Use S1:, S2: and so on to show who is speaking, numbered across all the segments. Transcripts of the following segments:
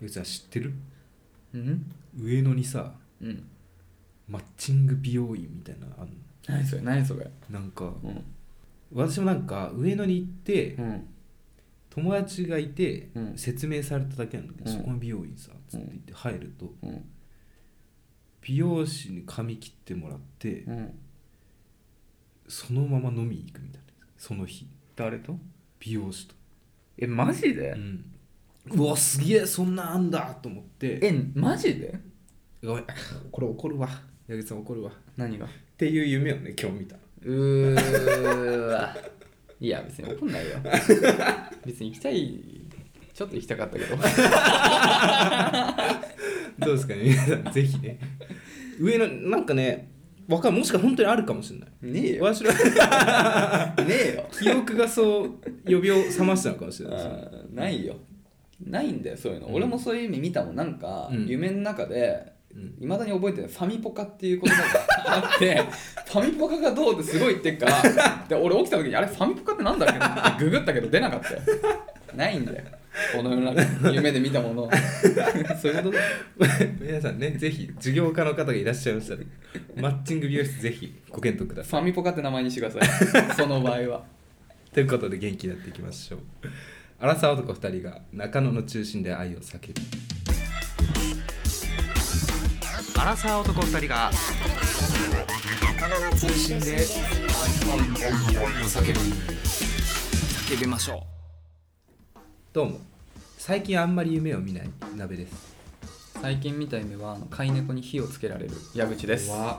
S1: ゆうちゃん知ってる
S2: うん
S1: 上野にさ
S2: うん
S1: マッチング美容院みたいなのあんの
S2: 何それ何それ
S1: なんか
S2: うん
S1: 私もなんか上野に行って
S2: うん
S1: 友達がいて
S2: うん
S1: 説明されただけなんだけど、
S2: うん
S1: そこの美容院さつって言って入ると
S2: うん
S1: 美容師に髪切ってもらって
S2: うん
S1: そのまま飲みに行くみたいなその日
S2: 誰と
S1: 美容師と、
S2: えマジで、
S1: うん、うわすげえそんなんあんだと思って
S2: えマジで
S1: ごめんこれ怒るわ矢口さん怒るわっ
S2: 何が
S1: ていう夢をね今日見た
S2: うーわ いや別に怒んないよ 別に行きたいちょっと行きたかったけど
S1: どうですかね皆さんぜひね上のなんかねわかんもしか本当にあるかもしれない
S2: ねえよ
S1: わしら
S2: ねえよ
S1: 記憶がそう呼びを覚ましたのかもしれないですね
S2: あーないよないんだよそういうの、
S1: うん
S2: 俺もそういう夢見たもんなんか、
S1: うん
S2: 夢の中で
S1: うん
S2: いまだに覚えてるファミポカっていう言葉があって ファミポカがどうってすごい言ってっからで俺起きた時にあれファミポカってなんだっけってググったけど出なかったよないんだよこの世の中夢で見た ものそういうことだよ
S1: 皆さん ねぜひ事業家の方がいらっしゃいましたらマッチング美容室ぜひご検討くださ
S2: ファミポカって名前にしてくださいその場合はい
S1: ということで元気になっていきましょう荒沢男2人が中野の中心で愛を叫ぶ荒沢男2人が中心で
S2: 叫びましょ
S1: どうも最近あんまり夢を見ない鍋です
S2: う最近見た夢はあの飼い猫に火をつけられる矢口です
S1: 怖っ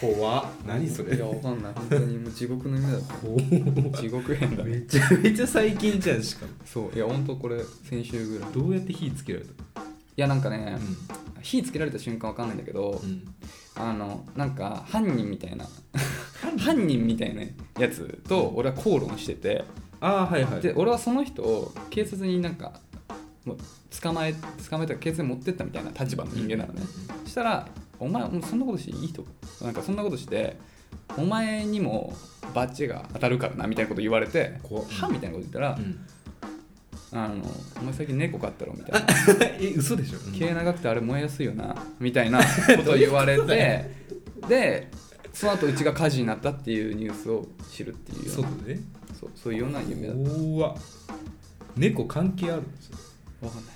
S1: 怖っ何それ
S2: いやわかんない本当にもう地獄の夢だった
S1: おー
S2: 地獄編だ
S1: め
S2: ね
S1: ちゃめちゃ最近じゃんしかも
S2: そういやほんとこれ先週ぐらいい
S1: どうやって火つけられた
S2: やなんかね
S1: う、ん
S2: 火つけられた瞬間わかんないんだけど、
S1: うん
S2: あのなんか犯人みたいな犯人みたいなやつと俺は口論してて、
S1: ああはいはい
S2: で俺はその人を警察になんかもう捕まえ捕まえたら警察に持ってったみたいな立場の人間なのね、そしたら「お前もうそんなことしていい人なんかそんなことしてお前にもバッジが当たるからな」みたいなこと言われて
S1: 怖っ
S2: 「は」みたいなこと言ったら「
S1: うん
S2: あのお前最近猫飼ったろ」みたいな
S1: え嘘でしょ、
S2: 毛長くてあれ燃えやすいよなみたい なことを言われてでその後うちが火事になったっていうニュースを知るっていうような
S1: 外で
S2: そうそういうような夢だった
S1: 怖っ猫関係あるんですよ
S2: わかんない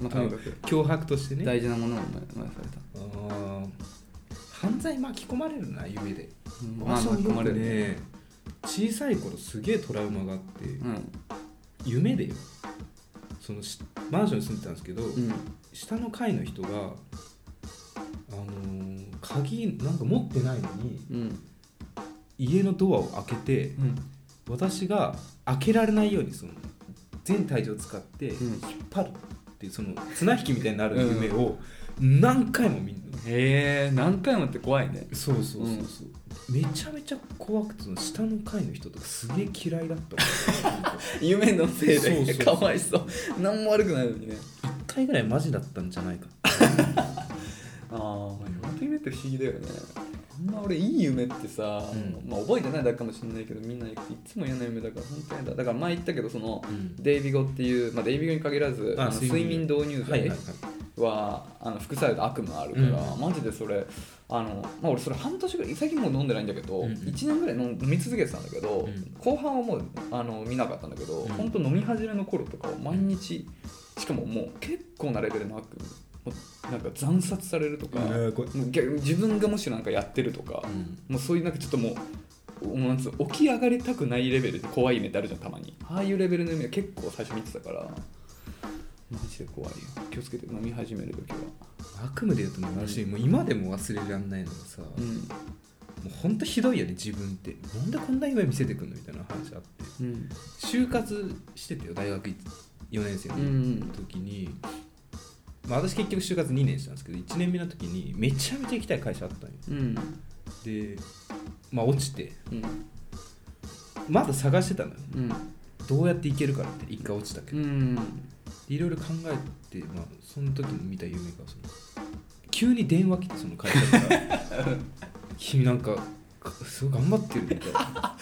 S2: まあとにかく
S1: 脅迫としてね
S2: 大事なものを燃や燃やされた
S1: あー犯罪巻き込まれるな夢で
S2: うん
S1: まあ
S2: まあ巻き込まれる
S1: 僕ね小さい頃すげえトラウマがあって、
S2: うん
S1: 夢でよそのしマンションに住んでたんですけど、
S2: うん
S1: 下の階の人があのー鍵なんか持ってないのに
S2: うん
S1: 家のドアを開けて
S2: うん
S1: 私が開けられないようにその全体重を使って引っ
S2: ん
S1: 張るっていうその綱引きみたいになる夢を何回も見るの、
S2: へえ何回もって怖いね
S1: そうそうそうそう、めちゃめちゃ怖くてその下の階の人とかすげえ嫌いだったわ
S2: 夢のせいで
S1: そうそうそう
S2: かわいそう何も悪くないのにね
S1: 一回ぐらいマジだったんじゃないか
S2: ああ本当夢って不思議だよねあんま俺いい夢ってさ、
S1: うん
S2: まあ、覚えてないだけかもしれないけどみんな言っていつも嫌な夢だから本当にだだから前言ったけどその
S1: うん
S2: デイビゴっていう、まあ、デイビゴに限らず
S1: あ
S2: あの睡
S1: 睡
S2: 眠
S1: 眠
S2: 導入
S1: はいはい
S2: 剤
S1: はい
S2: はあの副作用で悪夢あるから、
S1: う
S2: マジでそれあの、まあ、俺それ半年ぐらい最近もう飲んでないんだけど、
S1: うんうん
S2: 1年ぐらい飲ん飲み続けてたんだけど、
S1: うん
S2: 後半はもうあの見なかったんだけど、
S1: うん
S2: 本当飲み始めの頃とかは毎日しかももう結構なレベルの悪夢もうなんか惨殺されると
S1: う
S2: か、
S1: わー怖い
S2: もう逆に自分がもしなんかやってるとか、もうそういうなんかちょっともうもうなんつうの起き上がりたくないレベルで怖い夢ってあるじゃんたまにああいうレベルの夢は結構最初見てたからマジで怖いよ気をつけて飲み始める時は
S1: 悪夢で言うとね私、もう今でも忘れられないのがさ、
S2: う
S1: も
S2: ん
S1: うほんとひどいよね自分ってなんでこんな夢見せてくんのみたいな話あって
S2: うん
S1: 就活してたよ大学4年生の
S2: うんうん
S1: 時に、まあ、私結局就活2年したんですけど1年目の時にめちゃめちゃ行きたい会社あったんよ
S2: うん
S1: でまあ落ちて
S2: うん
S1: まだ探してたのよ
S2: うん
S1: どうやって行けるかって一回落ちたけど
S2: うん
S1: いろいろ考えて、まあ、その時に見た夢がその急に電話来てその会社から 君なんかかすごい頑張ってるみたいな、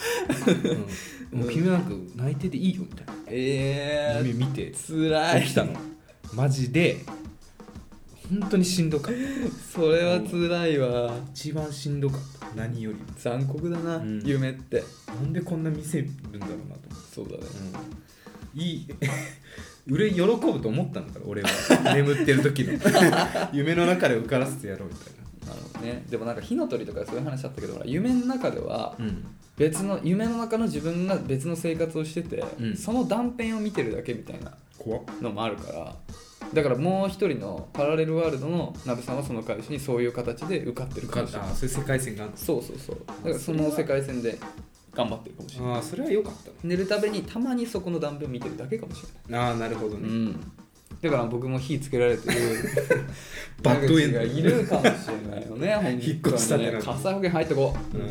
S1: うん、もう君なんか泣いてていいよみたい
S2: え
S1: な
S2: え
S1: 夢見て
S2: ー、つらい
S1: 起きたのマジで本当にしんどかった
S2: それは辛いわ
S1: 一番しんどかった何よりも
S2: 残酷だな、
S1: うん
S2: 夢って
S1: なんでこんな見せるんだろうなと思
S2: そうだね
S1: って、うん、いい俺喜ぶと思ったんだから俺は眠ってる時の 夢の中で受からせてやろうみたい
S2: なるほどねでもなんか火の鳥とかそういう話あったけどほら夢の中では
S1: な、うん、
S2: 別の夢の中の自分が別の生活をしてて、
S1: うん
S2: その断片を見てるだけみたいな
S1: 怖っ
S2: のもあるからだからもう一人のパラレルワールドのなべさんはその彼氏にそういう形で受かってる
S1: 受かっ
S2: かもしれ
S1: た
S2: ない
S1: あそういう世界線があっ
S2: そうそうそうだからその世界線で頑張ってるかもしれない
S1: たあそれは良かったね
S2: 寝るたびにたまにそこの断片を見てるだけかもしれない
S1: ああなるほど
S2: う
S1: ね、
S2: ん、だから僕も火つけられてる
S1: バッドエンド
S2: がいるかもしれないよね本当にね
S1: 引っ越したってなる
S2: 火災保険入ってこう、
S1: うん、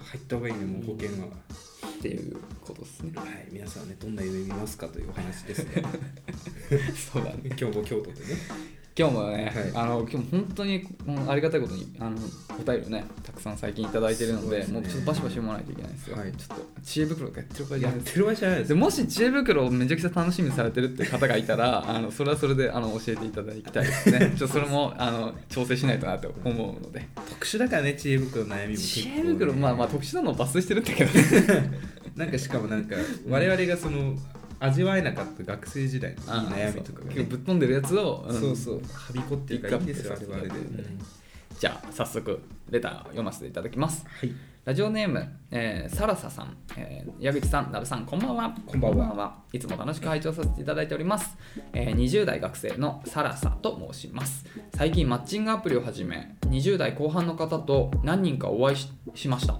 S1: 入った方がいいねもう保険は、
S2: っていうことですね
S1: はい皆さんはねどんな夢見ますかというお話です ね
S2: そうだね
S1: 今日も京都でね
S2: 今日もね、
S1: はい
S2: あの今日も本当にもうありがたいことにあのお便りをねたくさん最近いただいてるの
S1: そう
S2: で
S1: ですね
S2: もうちょっとバシバシ読まないといけないですよ、
S1: はい
S2: ちょっと知恵袋がやってる場合じゃ
S1: や
S2: な
S1: っ
S2: いです
S1: てる場合じゃないです
S2: でもし知恵袋をめちゃくちゃ楽しみにされてるって方がいたらあのそれはそれであの教えていただきたいです ねちょっとそれもあの調整しないとなと思うので
S1: 特殊だからね知恵袋の悩みも結
S2: 知
S1: 構ね
S2: 恵袋まあまあ特殊なのを抜粋してるんだけどね
S1: なんかしかもなんか我々がその味わえなかった学生時代の悩みとかがね、
S2: 結構ぶっ飛んでるやつを、ん
S1: そうそうはびこっていくからいいんですよ我々で、
S2: うんじゃあ早速レターを読ませていただきます
S1: はい
S2: ラジオネーム、えーサラサさん、えー矢口さん、なべさん、こんばんは。
S1: こんばんはい
S2: つも楽しく拝聴させていただいております。えー20代学生のサラサと申します。最近マッチングアプリを始め、20代後半の方と何人かお会いししました。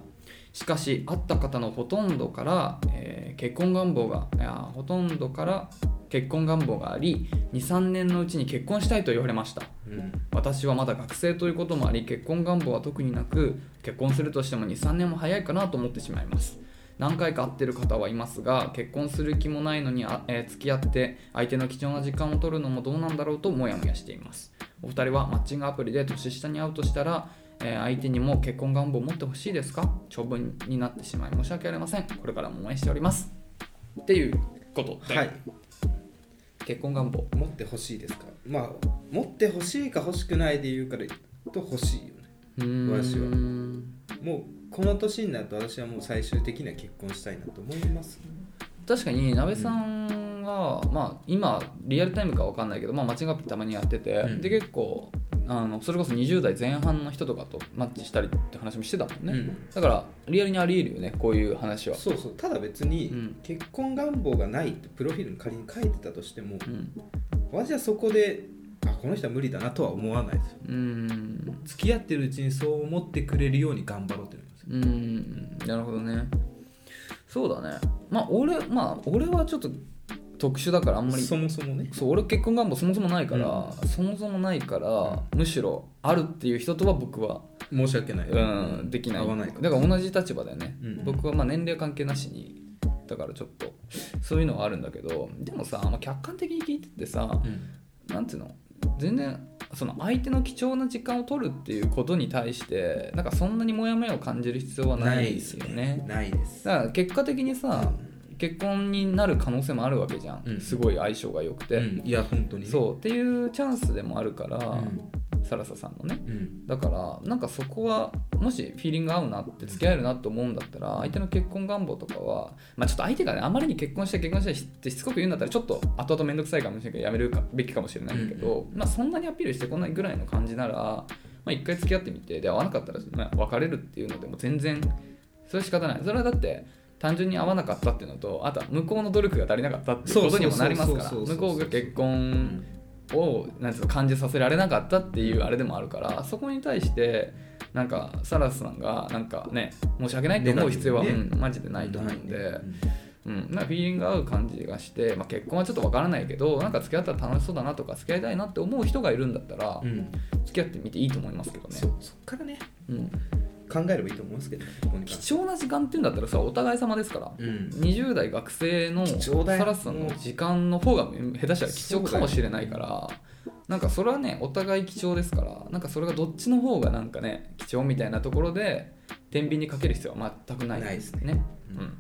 S2: しかし、会った方のほとんどから、えー結婚願望が、いやーほとんどから結婚願望があり、2、3年のうちに結婚したいと言われました。
S1: うん
S2: 私はまだ学生ということもあり結婚願望は特になく結婚するとしても23年も早いかなと思ってしまいます何回か会ってる方はいますが結婚する気もないのにあ、えー付き合って相手の貴重な時間を取るのもどうなんだろうとモヤモヤしていますお二人はマッチングアプリで年下に会うとしたら、えー相手にも結婚願望を持ってほしいですか長文になってしまい申し訳ありませんこれからも応援しておりますっていうことで、
S1: はい
S2: 結婚願望
S1: 持ってほしいですかまあ持ってほしいか欲しくないで言うからと欲しいよね私は
S2: は
S1: もうこの年になると私はもう最終的には結婚したいなと思います
S2: 確かに鍋さんは、まあ、今リアルタイムかわかんないけど、まあ、マッチングアプリたまにやってて、
S1: うん
S2: で結構あのそれこそ20代前半の人とかとマッチしたりって話もしてたもんね、
S1: うん
S2: だからリアルにありえるよねこういう話は
S1: そうそうただ別
S2: う
S1: に
S2: ん
S1: 結婚願望がないってプロフィールに仮に書いてたとしても
S2: うん
S1: 私はそこであこの人は無理だなとは思わないですよ
S2: うん
S1: 付き合ってるうちにそう思ってくれるように頑張ろうってなります
S2: うんなるほどねそうだねまあ俺まあ俺はちょっと特殊だからあんまり
S1: そもそもね
S2: そう俺結婚願望そもそもないから、そもそもないからむしろあるっていう人とは僕は
S1: 申し訳ない
S2: うん、できない
S1: 合わないから
S2: だから同じ立場だよね、
S1: うん
S2: 僕はまあ年齢関係なしにだからちょっとそういうのはあるんだけどでもさ、まあ、客観的に聞いててさなんていうの全然その相手の貴重な時間を取るっていうことに対してなんかそんなにモヤモヤを感じる必要はないですよね
S1: ないです
S2: だから結果的にさ結婚になる可能性もあるわけじゃん、
S1: うん
S2: すごい相性が良くて、
S1: うんいや本当にね
S2: そうっていうチャンスでもあるから、
S1: うん
S2: サラサさんのね
S1: うん
S2: だからなんかそこはもしフィーリング合うなって付き合えるなと思うんだったら相手の結婚願望とかは、まあ、ちょっと相手がねあまりに結婚したい結婚したいってしつこく言うんだったらちょっと後々面倒くさいかもしれないからやめるかべきかもしれないけど、まあ、そんなにアピールしてこないぐらいの感じなら、まあ、一回付き合ってみてで合わなかったら、まあ別れるっていうのでも全然それは仕方ないそれはだって単純に合わなかったっていうのとあとは向こうの努力が足りなかったっていうことにもなりますから
S1: そうそうそうそうそう
S2: 向こうが結婚をなんていうの感じさせられなかったっていうあれでもあるからそこに対してなんかサラスさんがなんかね申し訳ないって思う必要は、
S1: ね
S2: うんマジでないと思うんで、うん、なんかフィーリング合う感じがして、まあ、結婚はちょっとわからないけどなんか付き合ったら楽しそうだなとか付き合いたいなって思う人がいるんだったら、
S1: うん
S2: 付き合ってみていいと思いますけどね
S1: そ、そっからね
S2: うん、
S1: 考えればいいと思いますけどここに関して
S2: 貴重な時間っていうんだったらさお互い様ですから。
S1: うん
S2: 20代学生の
S1: 貴
S2: サ
S1: 重だよ
S2: ラスさんの時間の方が下手したら貴重かもしれないからなんかそれはねお互い貴重ですからなんかそれがどっちの方がなんかね貴重みたいなところで天秤にかける必要は全くない
S1: ないです
S2: ね
S1: うん
S2: うん、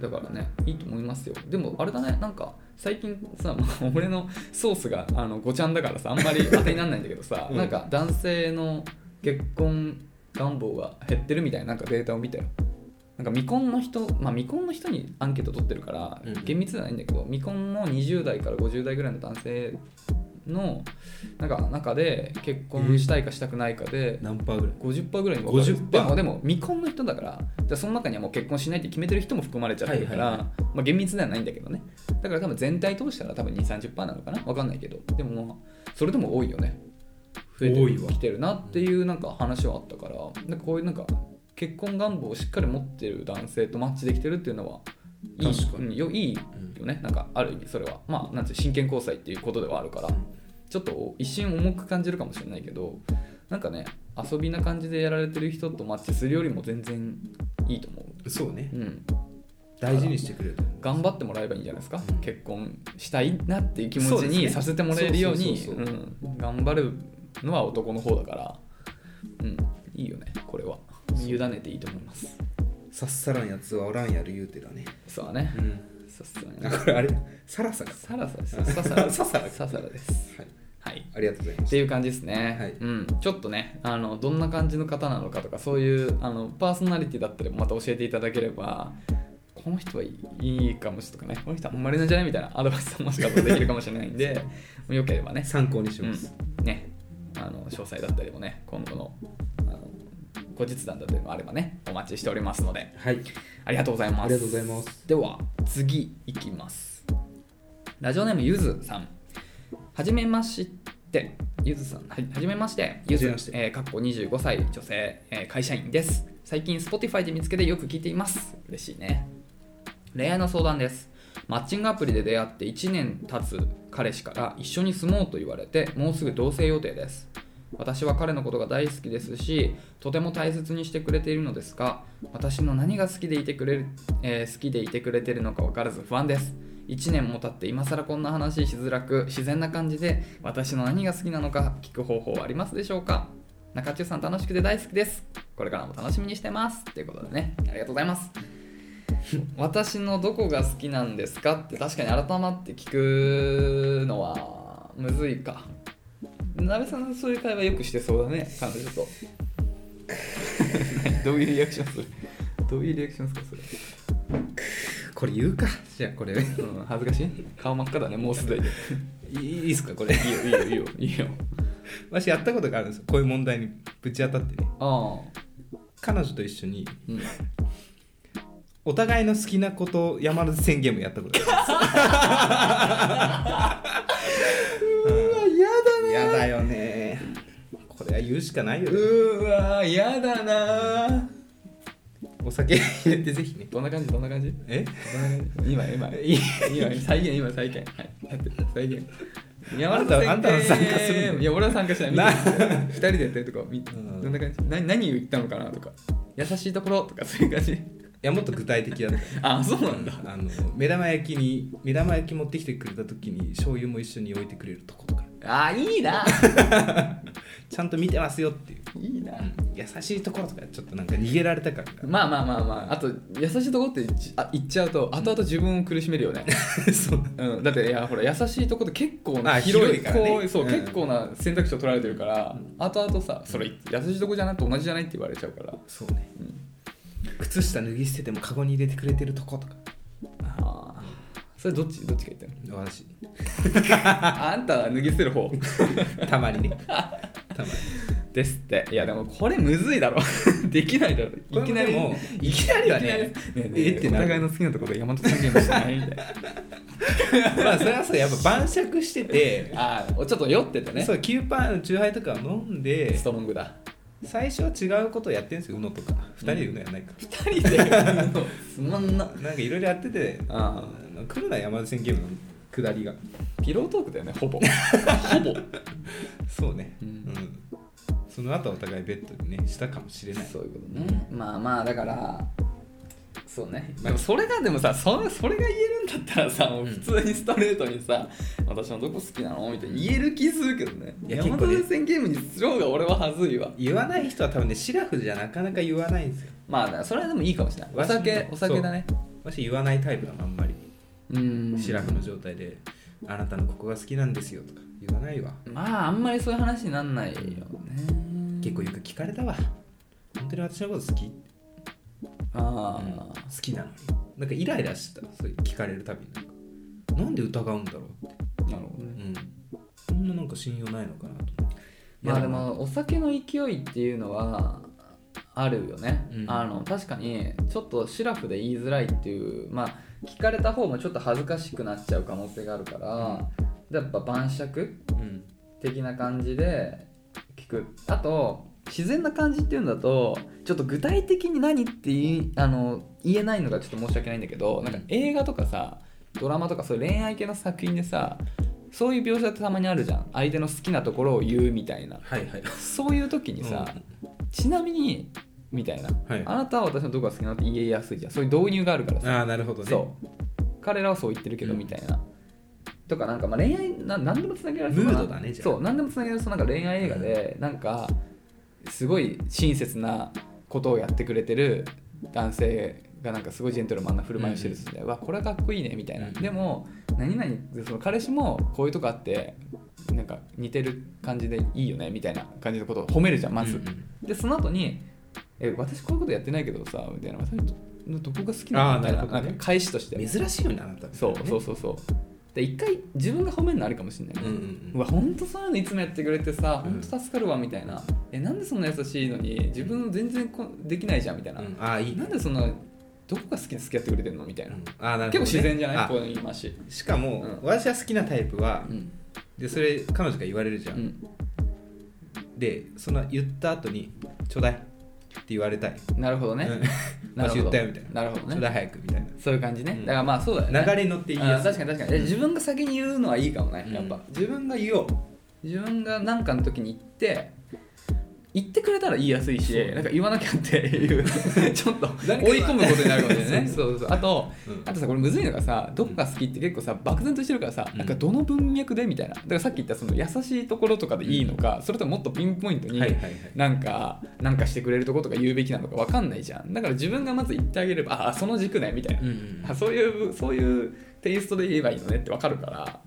S2: だからねいいと思いますよでもあれだねなんか最近さもう 俺のソースがあのごちゃんだからさあんまり当てにならないんだけどさ、
S1: うん
S2: なんか男性の結婚願望が減ってるみたいななんかデータを見たよなんか未婚の人、まあ、未婚の人にアンケート取ってるから
S1: うん
S2: 厳密じゃないんだけど、未婚の20代から50代ぐらいの男性のなんか中で結婚したいかしたくないかで
S1: 何パーぐらい
S2: 50%ぐらいに分かれて
S1: 50%
S2: でもでも未婚の人だからだからその中にはもう結婚しないって決めてる人も含まれちゃってるから、
S1: はいはい
S2: まあ、厳密ではないんだけどねだから多分全体通したら多分2 3 0なのかな分かんないけどでもまあそれでも多いよね増え
S1: 多い
S2: て
S1: わ
S2: きてるなっていうなんか話はあったからなんかこういうなんか結婚願望をしっかり持ってる男性とマッチできてるっていうのはいい
S1: 確かに
S2: うんよいいよねなんかある意味それはまあなんていう真剣交際っていうことではあるからちょっと一瞬重く感じるかもしれないけどなんかね遊びな感じでやられてる人とマッチするよりも全然いいと思
S1: そうね
S2: う、うん、
S1: 大事にしてくれると思う
S2: 頑張ってもらえばいいんじゃないですか
S1: うん
S2: 結婚したいなっていう気持
S1: そう
S2: ち
S1: ですね
S2: にさせてもらえるように
S1: そうそうそう
S2: うん頑張るのは男の方だから、うん、いいよねこれは委ねていいと思います
S1: さっさらんやつはおらんやる言うてだね
S2: そうだね
S1: うん
S2: さすがに
S1: あこれあれさらさが
S2: サラサラササ ラ
S1: ササラ
S2: ササラです
S1: はい
S2: はい
S1: ありがとうございま
S2: っ
S1: して
S2: いう感じですね、
S1: はい
S2: うん、ちょっとねあのどんな感じの方なのかとかそういうあのパーソナリティだったらまた教えていただければこの人はいいかもしれないとかねこの人はあんまりなんじゃないみたいなアドバイスもしかしたらできるかもしれないん でよければね
S1: た参考にします、
S2: うん、ねあの詳細だったりもね今後のあの後日談だったりもあればねお待ちしておりますので
S1: はい
S2: ありがとうございます
S1: ありがとうございます
S2: では次いきますラジオネームゆずさんはじめましてゆずさんはいはじめましてゆず
S1: はじめまして
S2: えー、かっこ25歳女性、えー会社員です最近 Spotify で見つけてよく聞いています嬉しいね恋愛の相談ですマッチングアプリで出会って1年経つ彼氏から一緒に住もうと言われてもうすぐ同棲予定です私は彼のことが大好きですしとても大切にしてくれているのですが私の何が好きでいてくれる、えー好きでいてくれているのか分からず不安です1年も経って今更こんな話しづらく自然な感じで私の何が好きなのか聞く方法はありますでしょうか中中さん楽しくて大好きですこれからも楽しみにしてますということでねありがとうございます私のどこが好きなんですかって確かに改まって聞くのはむずいか鍋さんそういう会話よくしてそうだね彼女と 何どういうリアクションするどういうリアクションですかそれ
S1: これ言うかじゃあこれい
S2: うん、恥ずかしい顔真っ赤だねもうすでに
S1: いいいっすかこれ
S2: いいよいいよいいよいいよ
S1: わしやったことがあるんですよこういう問題にぶち当たってね
S2: ああ
S1: 彼女と一緒に
S2: うん
S1: お互いの好きなことを山手線ゲームやったことがあるんですうわやだねやだよねこれは言うしかないよね
S2: うーわーやだなー
S1: お酒入れてぜひね
S2: どんな感じどんな感じ
S1: え
S2: どんな感 じ今今
S1: いい
S2: 今再現今再現はいやって再現いや
S1: あんたあんたは参加するの
S2: いや俺は参加しない見て
S1: な
S2: 二人でやってるとか見
S1: うん
S2: どんな感じな何を言ったのかなとか優しいところとかそういう感じ
S1: やもっと具体的だった
S2: あそうなんだ
S1: あの目玉焼きに目玉焼き持ってきてくれた時に醤油も一緒に置いてくれるとことか
S2: あいいな
S1: ちゃんと見てますよっていう、
S2: いいな
S1: 優しいところとかちょっとなんか逃げられた感が、
S2: まあまあまあまああと優しいところってじあ言っちゃうと後々自分を苦しめるよね、
S1: そう
S2: うん、だっていやほら優しいとこって結構
S1: あ
S2: な広
S1: 広
S2: い
S1: いからね
S2: こうそう、
S1: うん
S2: 結構な選択肢を取られてるから、後々さそれ優しいとこじゃなくて同じじゃないって言われちゃうから、
S1: そうね
S2: うん、
S1: 靴下脱ぎ捨ててもカゴに入れてくれてるとことか
S2: ああそれどっちどっちが言ってるの
S1: 私
S2: あんたは脱ぎ捨てる方
S1: たまにねたまに
S2: ですっていやでもこれむずいだろ できないだろいきな
S1: こ
S2: り
S1: れも
S2: いきなりはね
S1: いきなり
S2: ねえねえ
S1: えって
S2: お
S1: なる
S2: 互いの好きなところで山手線ゲームしないみたいな
S1: まあそれはさやっぱ晩酌してて、
S2: ああちょっと酔っててね
S1: そうキューパーのチューハイとかを飲んで
S2: ストロングだ
S1: 最初は違うことをやってるんですよ UNO とか2人で UNO やんないか、
S2: 二人で つまんな
S1: らなんかいろいろやってて
S2: あ
S1: あの来るな山手線ゲームの下りが
S2: ピロートークだよねほぼ ほぼ
S1: そうね、
S2: う
S1: うんんその後はお互いベッドにねしたかもしれない
S2: そういうことねまあまあだからそうね
S1: まあ
S2: でもそれがでもさそれそれが言えるんだったらさもう
S1: うん
S2: 普通にストレートにさ「私のどこ好きなの?」みたいに言える気するけどね
S1: いや
S2: 山
S1: 結構ね
S2: 手線ゲームにする方が俺ははずいわ
S1: 言わない人は多分ねシラフじゃなかなか言わないんですよ
S2: まあそれはでもいいかもしれないお
S1: わしも
S2: 酒お酒だね
S1: 私言わないタイプだもんあんまり
S2: うん
S1: シラフの状態で「あなたのここが好きなんですよ」とか言わないわ
S2: まああんまりそういう話になんないよね
S1: 結構よく聞かれたわ本当に私のこと好き
S2: あ
S1: うん好
S2: あ、
S1: きなのになんかイライラしてたそういう聞かれるたびになんかなんで疑うんだろうって
S2: なるほどね
S1: うんそんななんか信用ないのかなと思って
S2: まあで
S1: いや
S2: もお酒の勢いっていうのはあるよね、
S1: うん
S2: あの確かにちょっとシラフで言いづらいっていうまあ聞かれた方もちょっと恥ずかしくなっちゃう可能性があるから、やっぱ晩酌
S1: でもうん
S2: 的な感じで聞くあと自然な感じっていうんだとちょっと具体的に何って言いあの言えないのがちょっと申し訳ないんだけどなんか映画とかさドラマとかそういう恋愛系の作品でさそういう描写ってたまにあるじゃん相手の好きなところを言うみたいな
S1: はいはい
S2: そういう時にさ、ちなみにみたいな、
S1: はい
S2: あなたは私のどこが好きなのって言いやすいじゃんそういう導入があるからさ
S1: ああなるほどね
S2: そう彼らはそう言ってるけど
S1: うん
S2: みたいな、とかなんかまあ恋愛な何でもつなげられそう
S1: ム
S2: な
S1: ードだねじゃあ
S2: そう何でもつなげられそうなんか恋愛映画で、なんかすごい親切なことをやってくれてる男性がなんかすごいジェントルマンな振る舞いをしてる人で、うわこれはかっこいいねみたいな、
S1: うん
S2: でも何々その彼氏もこういうとこあってなんか似てる感じでいいよねみたいな感じのことを褒めるじゃんまず、
S1: うんうん
S2: でその後に「え私こういうことやってないけどさ」みたいな「私のどこが好き
S1: あー
S2: なの?」みたいな
S1: なるほどね
S2: なんか返しとして
S1: 珍しいよねあなた
S2: そうそ
S1: そ
S2: うそうそうで一回自分が褒めるのあるかもしれない、
S1: うんうんうん
S2: わほんとそういうのいつもやってくれてさほんと助かるわみたいな、
S1: うん
S2: えなんでそんな優しいのに自分全然こできないじゃんみたいな、
S1: うんああいいね
S2: なんでそんなどこが好きで付き合ってくれてんのみたいな、
S1: うんあーなるほどね
S2: 結構自然じゃない
S1: あ
S2: こういうの言いまし
S1: しかも、
S2: うん
S1: 私は好きなタイプは
S2: う、ん
S1: でそれ彼女が言われるじゃ、
S2: うんん
S1: でその言った後に「ちょうだい」って言われたい、
S2: なるほどね、
S1: うん
S2: なる
S1: 私
S2: ほ
S1: 言っ
S2: ど
S1: たよみたい な
S2: なるほどね
S1: ちょうだい早くみたい
S2: そういう感じね、
S1: うん
S2: だからまあそうだよね
S1: な流れに乗っていい
S2: あ
S1: や
S2: ー
S1: つ
S2: 確かに確かにえ自分が先に言うのはいいかもね、
S1: うん
S2: やっぱ自分が言おう自分が何かの時に言って言ってくれたら言いやすいし、
S1: そうね
S2: なんか言わなきゃって いうちょっと
S1: 誰か
S2: 追い込むことになるかもしれない ね
S1: そ
S2: そうそうそうあと
S1: うん
S2: あとさこれむずいのがさどこが好きって結構さ漠然としてるからさ、
S1: うん
S2: なんかどの文脈でみたいなだからさっき言ったその優しいところとかでいいのか、それとももっとピンポイントに、
S1: はいはいはい
S2: なんかなんかしてくれるとことか言うべきなのか分かんないじゃんだから自分がまず言ってあげればああその軸ねみたいな、
S1: うんうん
S2: あそういうそういうテイストで言えばいいのねって分かるから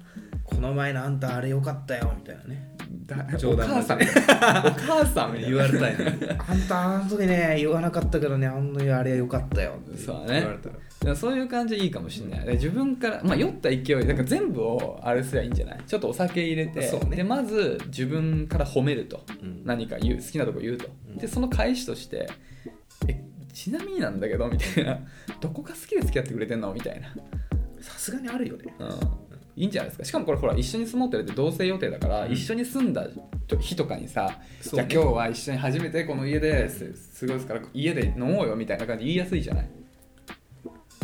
S1: この前のあんたあれよかったよみたいなね
S2: だ
S1: 冗談
S2: お母さんお
S1: 抜
S2: 母さんみたいな
S1: 言われたい ねあんたあの時ね言わなかったけどねあんのあれよかったよって
S2: そうだね
S1: 言われたら
S2: だからそういう感じでいいかもしれないだから自分から、まあ、酔った勢いでなんか全部をあれすりゃいいんじゃないちょっとお酒入れて、
S1: そうね
S2: でまず自分から褒めると、
S1: うん
S2: 何か言う好きなとこ言うと、
S1: うん
S2: でその返しとして「えちなみになんだけど」みたいな「どこが好きで付き合ってくれてんの?」みたいな
S1: さすがにあるよね
S2: うんいいんじゃないですかしかもこれほら一緒に住もうって言われて同棲予定だから、
S1: うん
S2: 一緒に住んだ日とかにさ、
S1: そ
S2: じ
S1: う
S2: ゃあ
S1: ね
S2: 今日は一緒に初めてこの家です過ごすから家で飲もうよみたいな感じ言いやすいじゃない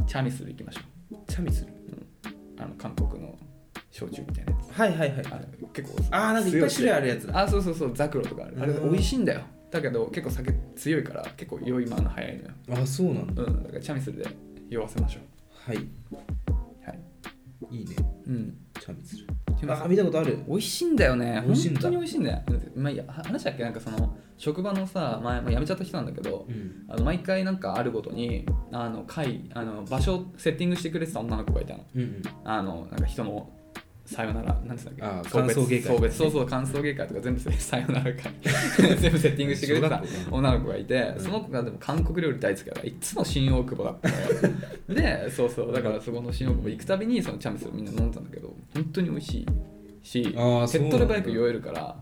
S2: チャミスル行きましょ
S1: チャミする
S2: うあの韓国の焼酎みたいなや
S1: はいはいはい
S2: つあれ結構
S1: あーなんかいっぱい種類あるやつだ
S2: あそうそうそうザクロとかあるあれ
S1: うん
S2: 美味しいんだよだけど結構酒強いから結構酔い回るの早いのよ
S1: あそうなんだ
S2: うんだからチャミスルで酔わせましょ
S1: はいう
S2: はい
S1: いいね
S2: うん
S1: チャミする
S2: チャミスル
S1: あ見たことある
S2: 美味しいんだよね
S1: 美味しいん
S2: 本
S1: だ
S2: 当に美味しいんだよ、まあ、いいやは話したっけなんかその職場のさ前もう辞めちゃった人なんだけど
S1: うん
S2: あの毎回なんかあるごとにあの会あの場所をセッティングしてくれてた女の子がいたの
S1: うんうん
S2: あのなんか人のさよならなんて言うんだっ
S1: あ
S2: け
S1: 歓送迎会
S2: 送別そうそう歓送迎会とか全部せ さよな ら会全部セッティングしてくれてた
S1: 小学校
S2: 女の子がいて
S1: うん
S2: その子がでも韓国料理大好きだからいつも新大久保だった のでそうそうだからそこの新大久保行くたびにそのチャミスをみんな飲んでたんだけど本当に美味しいし手
S1: あーそう
S2: っ
S1: なんだ
S2: 取り早く酔えるから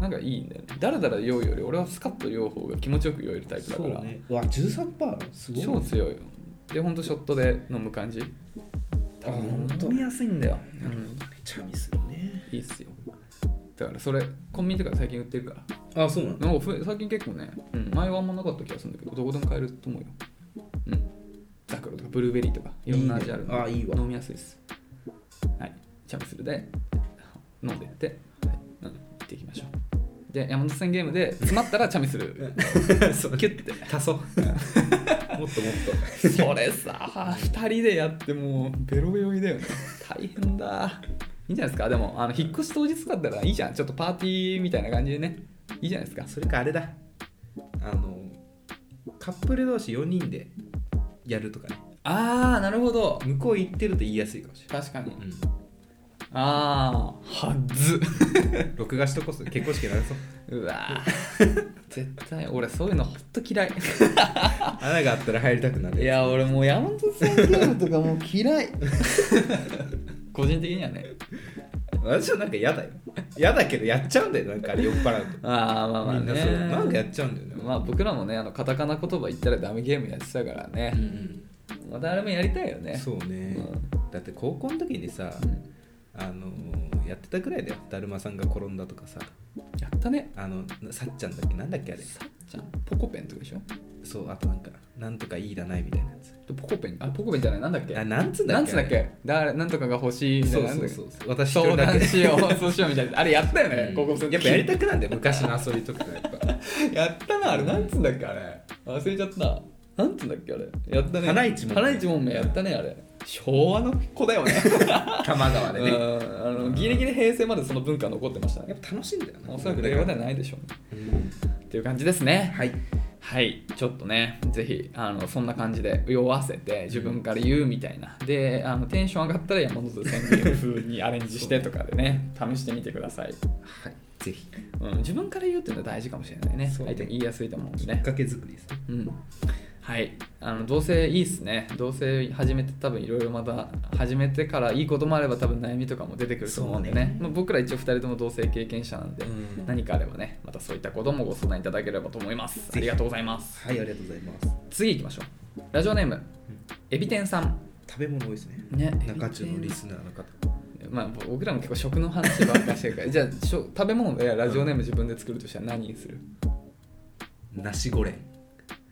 S2: なんかいいんだよねだらだら酔うより俺はスカッと酔う方が気持ちよく酔えるタイプだ
S1: そ
S2: か
S1: う
S2: ら、
S1: ねうわ13%すごい
S2: 超強いよでほんとショットで飲む感じ
S1: あほんと
S2: 飲みやすいんだよ、うん、
S1: チャミするね
S2: いいっすよだからそれコンビニとか最近売ってるから
S1: あそうなんだ
S2: なんかふ最近結構ね、うん、前はあんまなかった気がするんだけどどこでも買えると思うようんザクロとかブルーベリーとかいろんな味あるんで
S1: いいねあいいわ
S2: 飲みやすいですはいチャムスルで飲んでって、はいうん、行っていきましょうで山手線ゲームで詰まったらチャミスル
S1: そう
S2: キュッて
S1: 足そうもっともっと
S2: それさ2人でやってもうベロベロにだよね大変だいいんじゃないですかでもあの引っ越し当日だったらいいじゃんちょっとパーティーみたいな感じでねいいじゃないですか
S1: それかあれだあのカップル同士4人でやるとかね
S2: ああなるほど
S1: 向こう行ってると言いやすいかもしれ
S2: 確かに
S1: ない、うん
S2: ああはず
S1: 録画しとこそ結婚式になれそう
S2: うわー絶対俺そういうのほんと嫌い
S1: 穴があったら入りたくなる
S2: いや俺もう山本さんゲームとかもう嫌い個人的にはね
S1: 私はなんか嫌だよ嫌だけどやっちゃうんだよなんかあれ酔っ払うと
S2: ああまあまあ
S1: みん
S2: ね
S1: なそうなんかやっちゃうんだよね、
S2: まあ僕らもねあのカタカナ言葉言ったらダメゲームやってたから
S1: うん
S2: ね、またあれもやりたいよ
S1: うん
S2: ね
S1: そうね、
S2: うん
S1: だって高校の時にさ、
S2: うん
S1: あのーやってたぐらいだよだるまさんが転んだとかさ
S2: やったね
S1: あのさっちゃんだっけなんだっけあれ
S2: さっちゃんポコペンとかでしょ
S1: そうあとなんかなんとかいいらないみたいなやつ
S2: でポコペンあポコペンじゃないなんだっけ
S1: あなんつうんだっけ
S2: なんつうんだっけ誰なんとかが欲しいみた
S1: そ
S2: いうな
S1: そうそう
S2: なんだ
S1: そう
S2: っけ
S1: 私一
S2: 相
S1: 人だ
S2: 談
S1: け
S2: しようそうしようみたいなあれやったよね、
S1: うん
S2: 高校生の時
S1: やっぱやりたくなんだよ昔の遊びとかやっ ぱ
S2: やったなあれなんつうんだっけあれ忘れちゃったなんつうんだっけあれやったね
S1: 花一門明
S2: 花一門明やったねあれ昭和の子だよ ね
S1: 多摩川
S2: う
S1: でね
S2: んあのギリギリ平成までその文化残ってました
S1: やっ
S2: ね
S1: ぱ楽しいんだよな
S2: おそらく令和ではないでしょうね
S1: うん
S2: っていう感じですね
S1: はい
S2: はいちょっとねぜひあのそんな感じで酔わせて自分から言うみたいなであのテンション上がったら山本宣言風にアレンジしてとかでね試してみてください、
S1: はいぜひ
S2: うん、自分から言うっていうのは大事かもしれないね
S1: そうね
S2: 相手も言いやすいと思うんで
S1: きっ
S2: ね
S1: かけ作りですね
S2: うんはいあの同棲いいっすね同棲始めて多分いろいろまた始めてからいいこともあれば多分悩みとかも出てくると思うんでね
S1: そうね
S2: まあ、僕ら一応2人とも同棲経験者なんで、
S1: うん
S2: 何かあればねまたそういったこともご相談いただければと思いますありがとうございます
S1: はいありがとうございます
S2: 次行きましょうラジオネームエビ天さん
S1: 食べ物多いですね
S2: ね
S1: 中中のリスナーの方
S2: まあぼ僕らも結構食の話ばっかりしてるから じゃあしょ食べ物でラジオネーム自分で作るとしたら何にする
S1: 梨ゴレン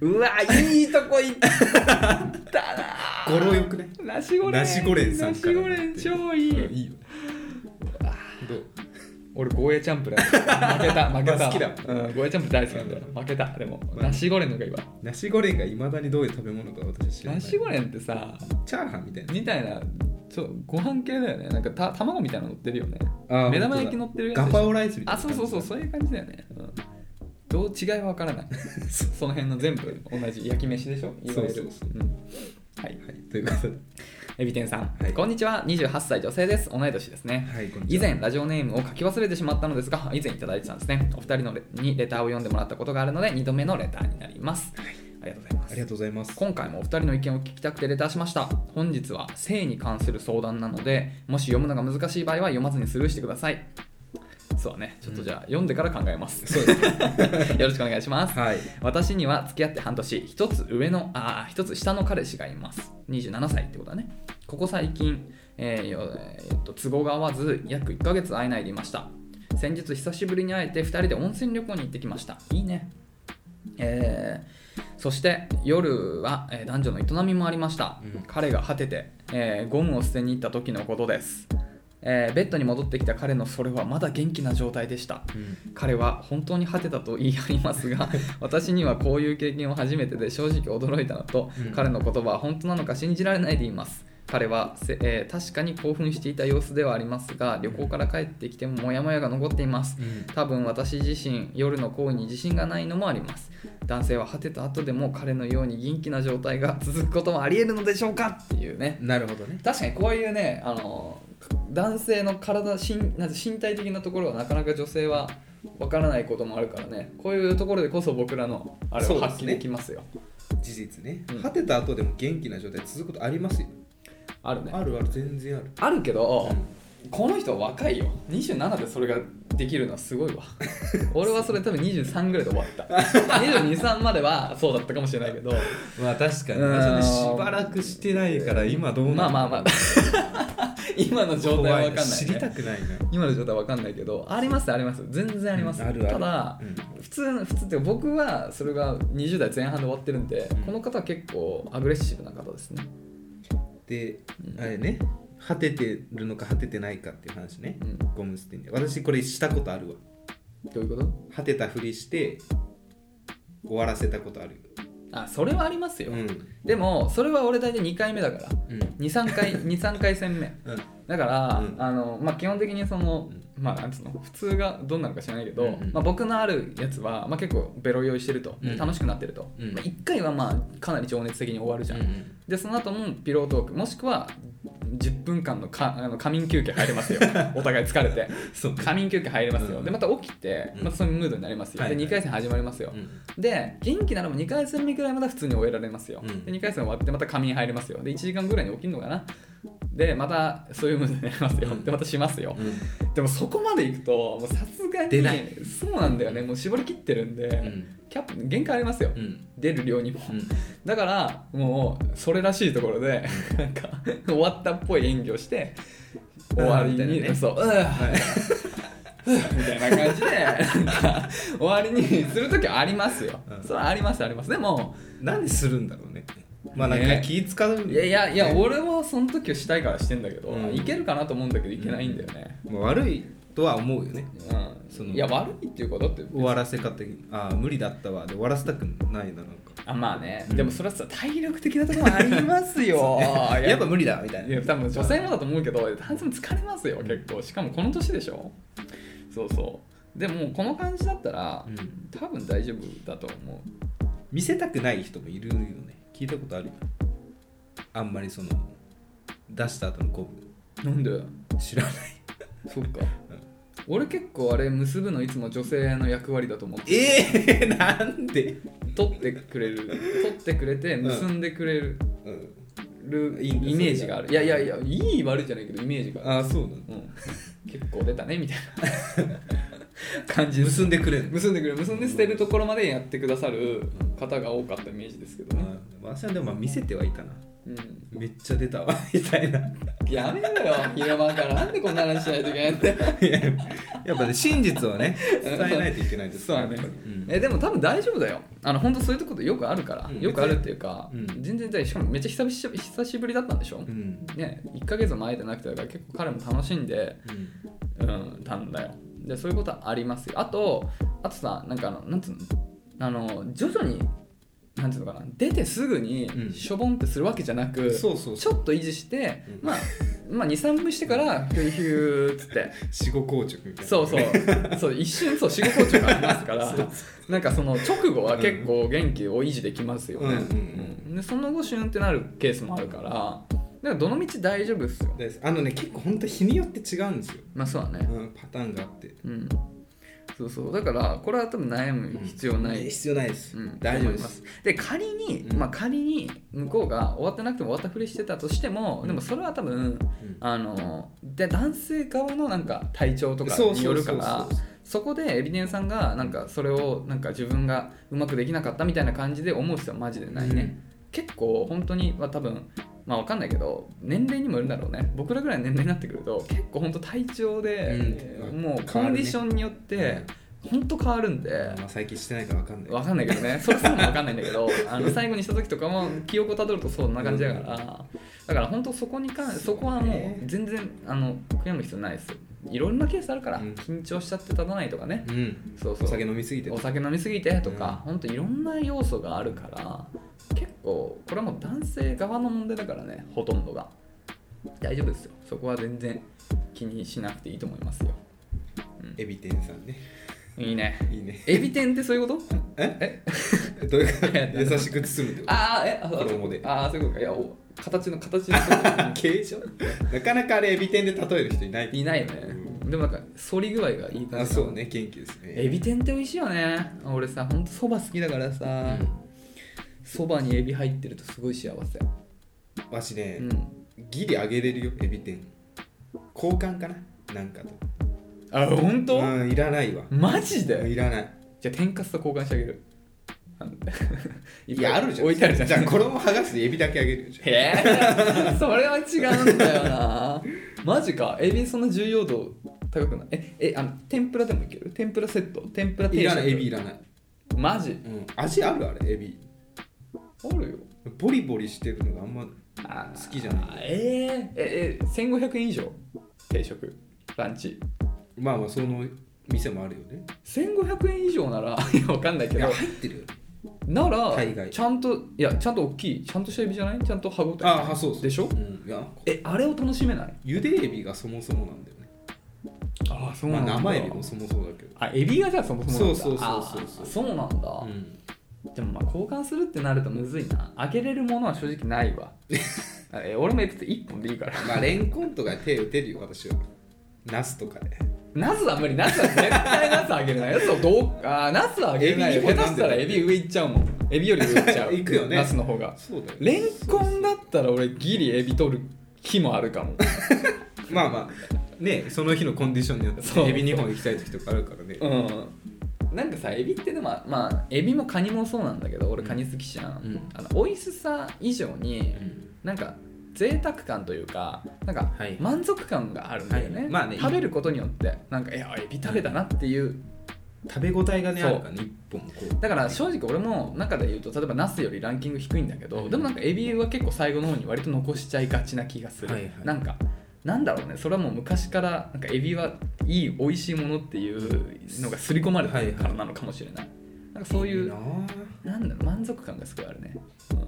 S2: うわいいとこ行った
S1: 語呂よくね
S2: なナシゴレン
S1: 梨ゴレンさんから
S2: ナシゴレン超いい、
S1: うんいいよね
S2: どう俺ゴーヤチャンプルなんだ負け た負けた
S1: 好きだ
S2: うん、ゴーヤチャンプル大好きなんだよ負けたでも
S1: まあ
S2: ナシゴレンの方がいいわ
S1: 梨ゴレンがいまだにどういう食べ物か私は知らない
S2: ナシゴレンってさ
S1: チャーハンみたいな
S2: みたいなちょご飯系だよねなんかた卵みたいなの乗ってるよね
S1: あー
S2: 目玉焼き乗ってるやつでし
S1: ガ
S2: ょ
S1: パオライスみたい
S2: あ
S1: な
S2: そうそうそうそういう感じだよね、うん、どう違いは 分からないその辺の全部同じ焼き飯でしょいわゆる
S1: そうそうそうん
S2: はい
S1: はいということで
S2: エビ天さん、
S1: はい
S2: こんにちは28歳女性です同い年ですね、
S1: はいこんにち
S2: 以
S1: は
S2: 前ラジオネームを書き忘れてしまったのですが以前いただいてたんですねお二人のレにレターを読んでもらったことがあるので2度目のレターになります、ありがとうございます
S1: ありがとうございます
S2: 今回もお二人の意見を聞きたくてレターしました本日は性に関する相談なのでもし読むのが難しい場合は読まずにスルーしてくださいそうだねちょっとじゃあ、読んでから考えます
S1: そうですね
S2: よろしくお願いします、
S1: はい
S2: 私には付き合って半年一つ上のあー一つ下の彼氏がいます27歳ってことだねここ最近、えーよえーっと都合が合わず約1ヶ月会えないでいました先日久しぶりに会えて2人で温泉旅行に行ってきましたいいねえーそして夜は、えー男女の営みもありました、
S1: うん
S2: 彼が果てて、えーゴムを捨てに行った時のことです、えーベッドに戻ってきた彼のそれはまだ元気な状態でした
S1: うん
S2: 彼は本当に果てたと言い張りますが私にはこういう経験は初めてで正直驚いたのと、
S1: うん
S2: 彼の言葉は本当なのか信じられないでいます彼はせ、えー確かに興奮していた様子ではありますが旅行から帰ってきてもモヤモヤが残っています
S1: うん
S2: 多分私自身夜の行為に自信がないのもあります男性は果てた後でも彼のように元気な状態が続くことはありえるのでしょうかっていうね
S1: なるほどね
S2: 確かにこういうねあの男性の体身なんて身体的なところはなかなか女性はわからないこともあるからねこういうところでこそ僕らのあれ
S1: そ
S2: を
S1: うですね
S2: 発揮できますよ
S1: 事実ね
S2: うん
S1: 果てた後でも元気な状態続くことありますよ
S2: あるね
S1: あるある全然ある
S2: あるけど、この人若いよ27でそれができるのはすご いわ俺はそれ多分23ぐらいで終わった223まではそうだったかもしれないけど
S1: まあ確か
S2: に私ね
S1: し
S2: しば
S1: ばら
S2: ら
S1: くしてないから今どうな
S2: まあまあまあ今の状態はわかんない、ね、
S1: 知りたくないな
S2: 今の状態わかんないけどありますあります全然あります、
S1: うんあるある
S2: ただ、普通普通っていうか僕はそれが20代前半で終わってるんで、
S1: うん
S2: この方は結構アグレッシブな方ですね
S1: であれね果ててるのか果ててないかっていう話ね
S2: うん
S1: ゴム捨てに私これしたことあるわ
S2: どういうこと
S1: 果てたふりして終わらせたことあるよ
S2: あそれはありますよ、
S1: うん
S2: でもそれは俺大体2回目だから
S1: うん
S2: 23回 二三回戦目
S1: うん
S2: だから、
S1: うん
S2: あのまあ、基本的にその
S1: うん、
S2: まあ、なんつうの普通がどんなのか知らないけど、
S1: うんうん
S2: まあ、僕のあるやつは、まあ、結構ベロ酔いしてると、
S1: うん
S2: 楽しくなってると、
S1: うん
S2: まあ、1回はまあかなり情熱的に終わるじゃん、でその後もピロートークもしくは10分間のかあの仮眠休憩入れますよ お互い疲れて
S1: そうね
S2: 仮眠休憩入れますよ、
S1: うん
S2: でまた起きて
S1: うん
S2: またそういうムードになりますよ、
S1: はいはい
S2: で2回戦始まりますよ、
S1: うん
S2: で元気ならば2回戦目ぐらいまだ普通に終えられますよ、
S1: うん
S2: で2回戦終わってまた仮眠入れますよで1時間ぐらいに起きるのかなでまたそういうムードになりますよ、
S1: うん
S2: でまたしますよ、
S1: うん
S2: でもそこまでいくともうさすがに
S1: 出ない
S2: そうなんだよねもう絞り切ってるんで、
S1: うん
S2: キャップ限界ありますよ、
S1: うん
S2: 出る量にも、
S1: うん
S2: だからもうそれらしいところでなんか終わったっぽい演技をして終わり
S1: みたい
S2: に、
S1: なね
S2: そう「うん」 みたいな感じでなんか終わりにする時はありますよ、
S1: うん
S2: それはありますありますでも
S1: なんでするんだろうねまあなんか
S2: ね
S1: 気使う、
S2: いやいやいや
S1: ね
S2: 俺もその時をしたいからしてんだけど、
S1: うん
S2: いけるかなと思うんだけどいけないんだよね、
S1: まあ悪いとは思うよね
S2: うん
S1: その
S2: いや悪いっていうことって
S1: 終わらせ方的にああ無理だったわで終わらせたくないななんか
S2: あまあね、
S1: うん
S2: でもそれはさ体力的なところもありま すよ
S1: やっぱ無理だみたい
S2: いや
S1: な
S2: 多分女性もだと思うけど男性も疲れますよ結構しかもこの年でしょそうそうでもこの感じだったら、
S1: うん
S2: 多分大丈夫だと思
S1: 見せたくない人もいるよね聞いたことあるよあんまりその出した後の鼓
S2: うなんで
S1: 舞知らない
S2: そっか、俺結構あれ結ぶのいつも女性の役割だと思って
S1: ええ なんで、
S2: 取ってくれる取ってくれて
S1: ん
S2: 結んでくれる、
S1: うん、いいんだ
S2: イメージがあるいやいやいやいい悪いじゃないけどイメージがある、
S1: ああそうなんだ
S2: うん、結構出たねみたいな感じです
S1: 結んでくれるの
S2: 結んでくれる結んで捨てるところまでやってくださる方が多かったイメージですけどね、
S1: あ私はでもまあ見せてはいたな
S2: うん、
S1: めっちゃ出たわ みたいな
S2: やめろよ昼間からなんでこんな話しないといけないんだよ
S1: やっぱね真実をね伝えないといけないです
S2: そうだね
S1: やっぱりうん
S2: えでも多分大丈夫だよあの本当そういうことよくあるから、
S1: うん
S2: よくあるっていうか、
S1: うん
S2: 全然大丈夫しかもめっちゃ久々久しぶりだったんでしょ、
S1: うん
S2: ね1ヶ月も会えてなくてだから結構彼も楽しんで、
S1: うん
S2: うん、たんだよでそういうことはありますよあとあとさなんかあのなんつうのあの徐々になんつうのかな出てすぐに
S1: うん
S2: しょぼんってするわけじゃなく、
S1: そうそう
S2: ちょっと維持して、
S1: うん
S2: まあ、まあ23分してからヒューヒューっつって
S1: 死後硬直みたいな
S2: そ うそうそう一瞬そう死後硬直ありますからなんかその直後は結構元気を維持できますよ
S1: う
S2: ね、
S1: んうん
S2: うんでその後シュンってなるケースもあるからだからどの道大丈夫っすよ
S1: ですあのね結構本当日によって違うんですよ、
S2: まあそうだね
S1: うん、パターンがあって
S2: うんそうそうだからこれは多分悩む必要ない、
S1: 必要ないです、
S2: うん
S1: 大丈夫で
S2: と思いますで仮に、
S1: うん
S2: まあ仮に向こうが終わってなくても終わったふりしてたとしても、
S1: うん
S2: でもそれは多分
S1: うん
S2: あので男性側のなんか体調とかによるから
S1: そうそうそう
S2: そこでエビデンさんがなんかそれをなんか自分がうまくできなかったみたいな感じで思う必要はマジで
S1: そう
S2: ないね、結構本当にまあ多分まあわかんないけど年齢にもよるんだろうね僕らぐらいの年齢になってくると結構本当体調で、
S1: うん
S2: もうコンディションによって本当変わるんで、
S1: うんまあ、最近してないから分かんない
S2: わかんないけ どねそれすらもわかんないんだけどあの最後にした時とかも記憶をたどるとそんな感じだから、だから本当そこに関そこはもう全然あの悔やむ必要ないですよいろんなケースあるから、
S1: うん
S2: 緊張しちゃって立たないとかね、
S1: うん
S2: そうそう
S1: お酒飲みすぎて
S2: お酒飲みすぎてと
S1: うん
S2: か、ほん、本当いろんな要素があるから結構これはもう男性側の問題だからねほとんどが大丈夫ですよそこは全然気にしなくていいと思いますよ
S1: エビ天さんね
S2: いいね
S1: いいね
S2: エビ天ってそういうこと
S1: ええ どういうこ
S2: いや
S1: と優しく包むってこと
S2: ああえあ
S1: 衣で
S2: ああそういうことかいやお形の形のそういうこと
S1: 形状なかなかあれエビ天で例える人いない
S2: いないよね、でもなんか反り具合がいい感じ
S1: あそうね元気ですね
S2: エビ天って美味しいよね俺さほんとそば好きだからさそば、にエビ入ってるとすごい幸せ
S1: うんわしね、
S2: うん
S1: ギリあげれるよエビ天交換かななんかと
S2: あ本当、
S1: うんいらないわ
S2: マジで
S1: いらない
S2: じゃあ天かすと交換してあげるあのいっ
S1: い
S2: ぱい
S1: やあるじゃん
S2: 置いてあるじゃん
S1: じゃあ衣剥がしてエビだけあげるよじゃ
S2: へえ それは違うんだよなマジかエビそんな重要度高くないええあの天ぷらでもいける天ぷらセット天ぷら
S1: あ
S2: 定
S1: い
S2: 食
S1: らないエビいらない、
S2: マジ
S1: うん、味あるあれエビ
S2: あるよ
S1: ボリボリしてるのがあんま
S2: 好
S1: 好きじゃない
S2: えー、ええ1500円以上定食ランチ
S1: まあまあその店もあるよね
S2: 1500円以上ならいやわかんない
S1: い
S2: けど
S1: や入ってるよ
S2: なら
S1: 大概
S2: ちゃんといやちゃんと大きいちゃんとしたエビじゃないちゃんと歯ごたえ
S1: ああそうそう
S2: でしょ
S1: うんいや
S2: えあれを楽しめない
S1: ゆでエビがそもそもなんだよね
S2: ああそ
S1: まあ生エビもそもそもだけど
S2: あエビがじゃあそもそもなんだ
S1: そうそうそうそうそう
S2: あそうなんだ、
S1: うん
S2: でもまあ交換するってなるとむずいな開けれるものは正直ないわ あえ俺もエビって1本でいいから
S1: まあレンコンとか手打てるよ私はナスとかで
S2: ナスは無理ナスは絶対ナスあげ れないナスをどうあーナスはあげれないよ
S1: エビ
S2: 下
S1: に
S2: 手
S1: も
S2: したらエビ上行っちゃうもんエビより上行っちゃ う
S1: 行くよね
S2: ナスの方が
S1: そうだよ
S2: レンコンだったら俺ギリエビ取る日もあるかも
S1: まあまあねその日のコンディションによって
S2: そう
S1: ねエビ2本行きたい時とかあるからね
S2: うんなんかさエビってでもまあエビもカニもそうなんだけど俺カニ好きじゃん、
S1: うん
S2: あの美味しさ以上になんか贅沢感というかなんか
S1: はい
S2: 満足感があるんだよね,、
S1: はいまあね
S2: 食べることによってなんかいやエビ食べたなっていう
S1: 食べ応えがね
S2: そう
S1: あるからね1本こう
S2: だから正直俺も中で言うと例えばナスよりランキング低いんだけ
S1: う
S2: ど、
S1: ん
S2: でもなんかエビは結構最後の方に割と残しちゃいがちな気がする、
S1: はいはい
S2: なんかなんだろうねそれはもう昔からなんかエビはいい美味しいものっていうのが刷り込まれてるからなのかもしれない、なんかそうい
S1: いうなあ
S2: なんだろう満足感がすごいあるね、うん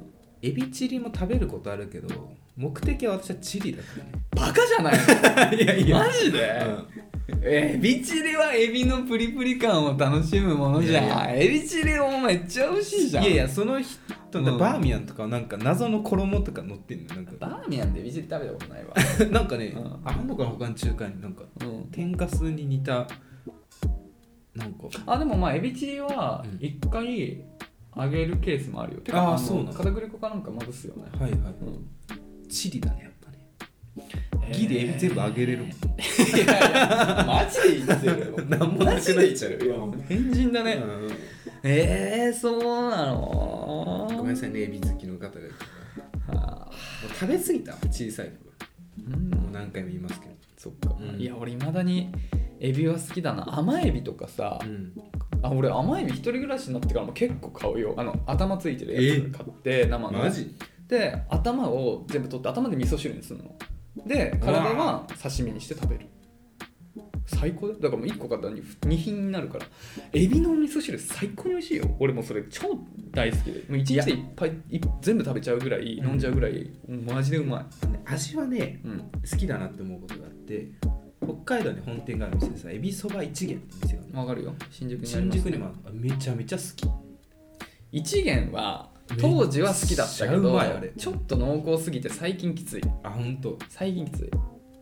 S1: エビチリも食べることあるけど目的は私はチリだからね
S2: バカじゃな いの いやいやマジで、
S1: うん
S2: エビチリはエビのプリプリ感を楽しむものじゃん
S1: いや
S2: エビチリもめっちゃ美味しいじゃん
S1: いやいやその人
S2: うん
S1: だバーミヤンとかはなんか謎の衣とか乗ってんのよなんか
S2: バーミヤンでエビチリ食べたこ とないわ
S1: なんかね
S2: うん
S1: あんのかな他の中華になんか
S2: うん
S1: 天かすに似たなんか
S2: あでもまあエビチリは
S1: うん
S2: 一回揚げるケースもあるよ、てか
S1: あー
S2: の
S1: そうなの
S2: 片栗粉かなんかまぶすよね、
S1: はいは
S2: うん
S1: いチリだねやっぱねギリエビ全部揚げれるもん
S2: いやいやマジで言ってる
S1: なんもなくなっちゃうよ
S2: マジで言ってるよ変人だね、
S1: うん
S2: えー、そうなの
S1: ごめんなさいねエビ好きの方がいる
S2: あ
S1: もう食べ過ぎた小さい頃
S2: ーうん
S1: もう何回も言いますけど
S2: そっか、
S1: うん
S2: いや俺いまだにエビは好きだな甘エビとかさ、
S1: うん
S2: あ俺甘エビ一人暮らしになってからも結構買うよあの頭ついてるやつ買って生の
S1: マジ
S2: で頭を全部取って頭で味噌汁にするので体
S1: う
S2: は刺身にして食べる最高だよだからもう1個買ったら 2, 品になるからエビのお味噌汁最高に美味しいよ俺もうそれ超大好きでもう1日でいっぱいい全部食べちゃうぐらい飲んじゃうぐらい、マジでうまい、
S1: 味はね
S2: うん、
S1: 好きだなって思うことがあって北海道に本店がある店でさエビそば一元って店があるの
S2: わかるよ新宿にあり
S1: 新
S2: ます
S1: 宿にもあるめちゃめちゃ好き
S2: 一元は当時は好きだったけ
S1: めっちゃう
S2: ど
S1: まいあれ
S2: ちょっと濃厚すぎて最近きつい
S1: あ本当。
S2: 最近きつい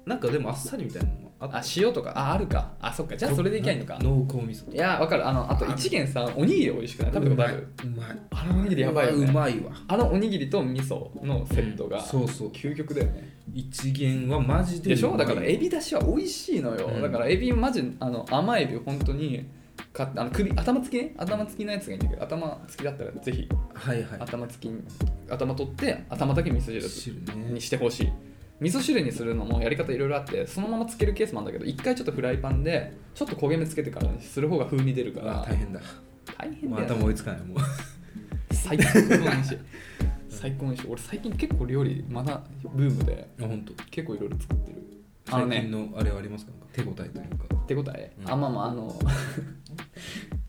S1: なんかでもあっさりみたいなのもあ
S2: あ塩とかああるかあそっかじゃあそれでいけないのか
S1: 濃厚味噌
S2: いやわかるあのあと一元さおにぎり美味しくない食べたことある
S1: うまいう
S2: あのおにぎりやばいよ、ね、
S1: うまいわ
S2: あのおにぎりと味噌のセットが
S1: そうそう
S2: 究極だよね
S1: 一元はマジで
S2: でしょだからエ
S1: ビ
S2: ビだしは美味しいのよ、
S1: うん
S2: だからエビマジあの甘エビ本当に買ってあの首頭付きね頭付きのやつがいいんだけど頭付きだったらぜひ
S1: はいはい
S2: 頭付きに頭取って頭だけ味噌汁
S1: 汁ね
S2: にしてほしい味噌汁にするのもやり方いろいろあってそのままつけるケースもあるんだけど一回ちょっとフライパンでちょっと焦げ目つけてからにする方が風味出るか
S1: あ
S2: ら
S1: 大変だ
S2: 大変
S1: もう
S2: だよね
S1: 頭追いつか ないもう
S2: 最高 に美味しい最高に美味しい俺最近結構料理まだブームで
S1: あ本当。
S2: 結構いろいろ作ってるあの
S1: 最
S2: ね
S1: 近のあれはありますかなんか手応えというか
S2: 手応え、
S1: うん
S2: あまあまああの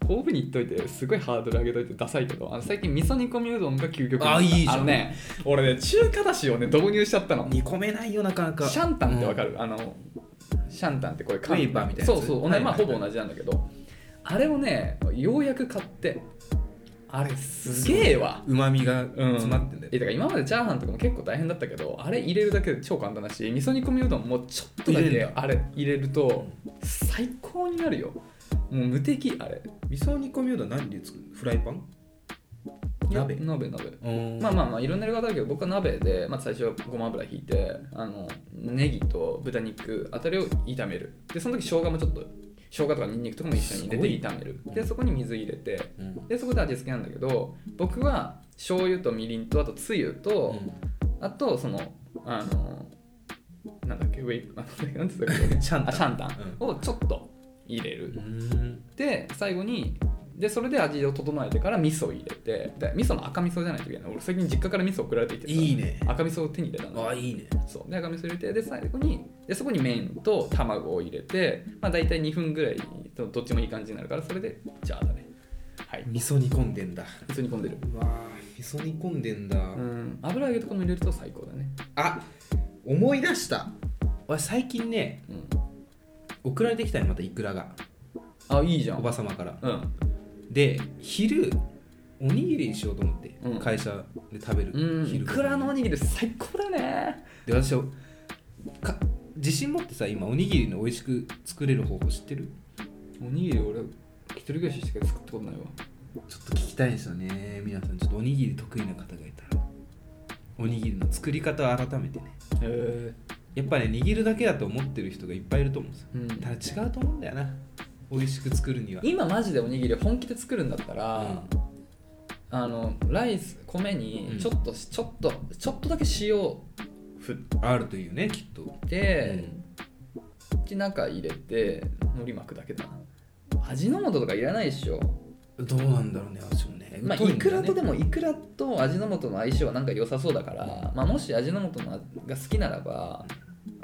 S2: こういうふうに言っといてすごいハードル上げといてダサいけどあの最近味噌煮込みうどんが究極になった
S1: あいいじゃん
S2: あのね俺ね中華だしをね導入しちゃったの
S1: 煮込めないよなかなか
S2: シャンタンってわか
S1: る、
S2: る、あのシャンタンってこれ缶
S1: ウェーバーみたいなやつ
S2: そうそう
S1: は
S2: 同じ、
S1: いはいはい
S2: まあほぼ同じなんだけどあれをねようやく買ってあれすげえわ
S1: うまみが詰まってんだよ、
S2: えだから今までチャーハンとかも結構大変だったけどあれ入れるだけで超簡単だし味噌煮込みうどんもちょっとだ
S1: 入れ
S2: け
S1: るん
S2: あれ入れると最高になるよもう無敵あれ
S1: 味噌煮込みうどんは何で作るフライパン鍋
S2: いや鍋鍋
S1: ま
S2: まあまあまあいろんなやり方あるけど僕は鍋で、まず最初はごま油ひいてあのネギと豚肉あたりを炒めるでその時生姜もちょっと生姜とかニンニクとかも一緒に入れて炒めるでそこに水入れて
S1: うん
S2: でそこで味付けなんだけど僕は醤油とみりんとあとつゆと、あとそのあのなんだっけウェイあなんて言った っけ
S1: シャンタン
S2: あシャンタンをちょっと入れる、
S1: うん
S2: で最後にでそれで味を整えてから味噌を入れてで味噌も赤味噌じゃないといけない俺最近実家から味噌送られてきてさ
S1: いいね
S2: 赤味噌を手に入れたの
S1: あいいね
S2: そうで赤味噌入れてで最後にでそこに麺と卵を入れて、まあ、大体2分ぐらいとどっちもいい感じになるからそれでじゃあだねはい
S1: 味噌煮込んでんだ
S2: 普通に込んでる
S1: うわあ味噌煮込んでんだ、
S2: うん油揚げとかも入れると最高だね
S1: あ思い出した俺最近ね
S2: うん
S1: 送られてきたよまたイクラが
S2: あいいじゃん
S1: おば様から
S2: うん
S1: で昼おにぎりにしようと思って、
S2: うん
S1: 会社で食べる、
S2: うんい
S1: 昼
S2: くらのおにぎり最高だね
S1: で私はか自信持ってさ今おにぎりの美味しく作れる方法知ってる
S2: おにぎり俺一人暮らししてから作ったことないわ
S1: ちょっと聞きたいですよね皆さんちょっとおにぎり得意な方がいたらおにぎりの作り方を改めてね
S2: へえ
S1: やっぱね握るだけだと思ってる人がいっぱいいると思うんですよ
S2: うん
S1: ただ違うと思うんだよな美味しく作るには
S2: 今マジでおにぎり本気で作るんだったら、あのライス米
S1: う
S2: に
S1: ん
S2: ちょっと、ちょっとちょっとだけ塩振っ
S1: あるというねきっと
S2: て、口の中入れて海苔巻くだけだな味の素とかいらないでしょ、
S1: どうなんだろうね私もね
S2: まあ、
S1: 疎い
S2: い
S1: ん
S2: く
S1: だよ
S2: ら
S1: ね
S2: とでもいくらと味の素の相性はなんか良さそうだから、まあ、もし味の素のが好きならば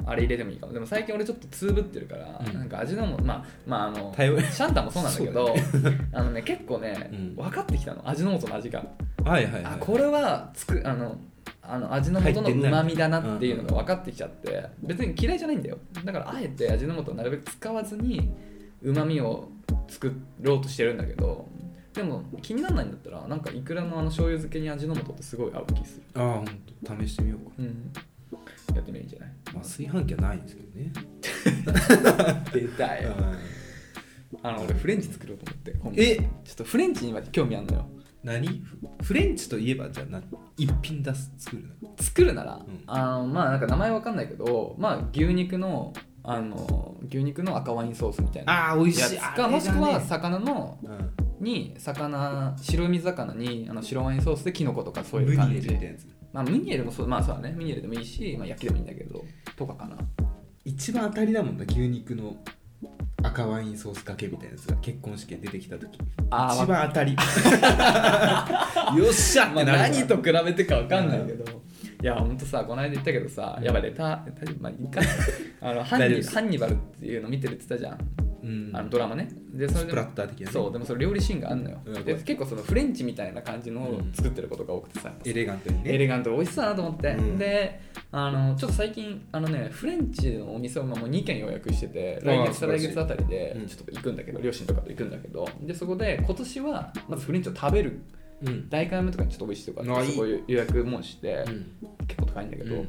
S2: あれ入れてもいいかもでも最近俺ちょっとつぶってるから、
S1: うん
S2: なんか味の素まあまああの
S1: 台湾
S2: シャンタンもそうなんだけどあのね結構ね、
S1: うん
S2: 分かってきたの味の素の味が。
S1: はいはいはい
S2: あこれはつくあのあの味の素の
S1: 入って
S2: う
S1: な
S2: んまみだなっていうのが分かってきちゃって別に嫌いじゃないんだよだからあえて味の素をなるべく使わずにうまみを作ろうとしてるんだけどでも気にならないんだったらなんかいくらのあの醤油漬けに味の素ってすごい合う気する、
S1: ああほんと試してみよう
S2: うん、やってみるんじゃない
S1: かまあ炊飯器はないんですけどね
S2: 出たあの俺フレンチ作ろうと思って今度
S1: え
S2: ちょっとフレンチに今興味あるのよ
S1: 何フフレンチといえばじゃあ何一品出す作るの
S2: 作るなら、
S1: ん
S2: あのまあなんか名前わかんないけど、まあ、牛肉のあの牛肉の赤ワインソースみたいな
S1: ああ美味
S2: や
S1: し
S2: つ
S1: いあれ
S2: か、
S1: がね
S2: もしくは魚の
S1: うん
S2: に魚白身魚にあの白ワインソースでキノコとかそうい
S1: ム
S2: う
S1: ニエ
S2: 感
S1: ルみ
S2: じ
S1: たいなやつ
S2: まあ、ムニエルもそうまあそうだねムニエルでもいいし、まあ、焼きでもいいんだけどとかかな
S1: 一番当たりだもんな牛肉の赤ワインソースかけみたいなやつが結婚式で出てきた時
S2: あー
S1: 一番当たり よっしゃってなる
S2: 何と比べてかわかんないけど、いやほんとさこの間言ったけどさやばいレタレタまあい いかあのハン
S1: 大丈夫
S2: ニ
S1: です
S2: ハンニバルっていうの見てるって言ったじゃん
S1: うん
S2: あのドラマねでそれ
S1: ス
S2: で
S1: プラッター的なね
S2: そうでもそれ料理シーンがあんのよ、
S1: うん
S2: で結構そのフレンチみたいな感じのを作ってることが多くてさ、
S1: エレガントにね
S2: エレガントで美味しそうだなと思って、
S1: うん
S2: であのちょっと最近あのねフレンチのお店を今もう2軒予約してて来
S1: ああ
S2: 月
S1: 素
S2: 再
S1: 晴ら
S2: 来
S1: しい
S2: 月あたりで
S1: うん
S2: ちょっと行くんだけど、両親とかと行くんだけどでそこで今年はまずフレンチを食べる
S1: うん
S2: 大会目とかにちょっと美味しいとか
S1: あ
S2: あっ
S1: い
S2: て
S1: い
S2: そこ予約もして、結構高いんだけど、
S1: うん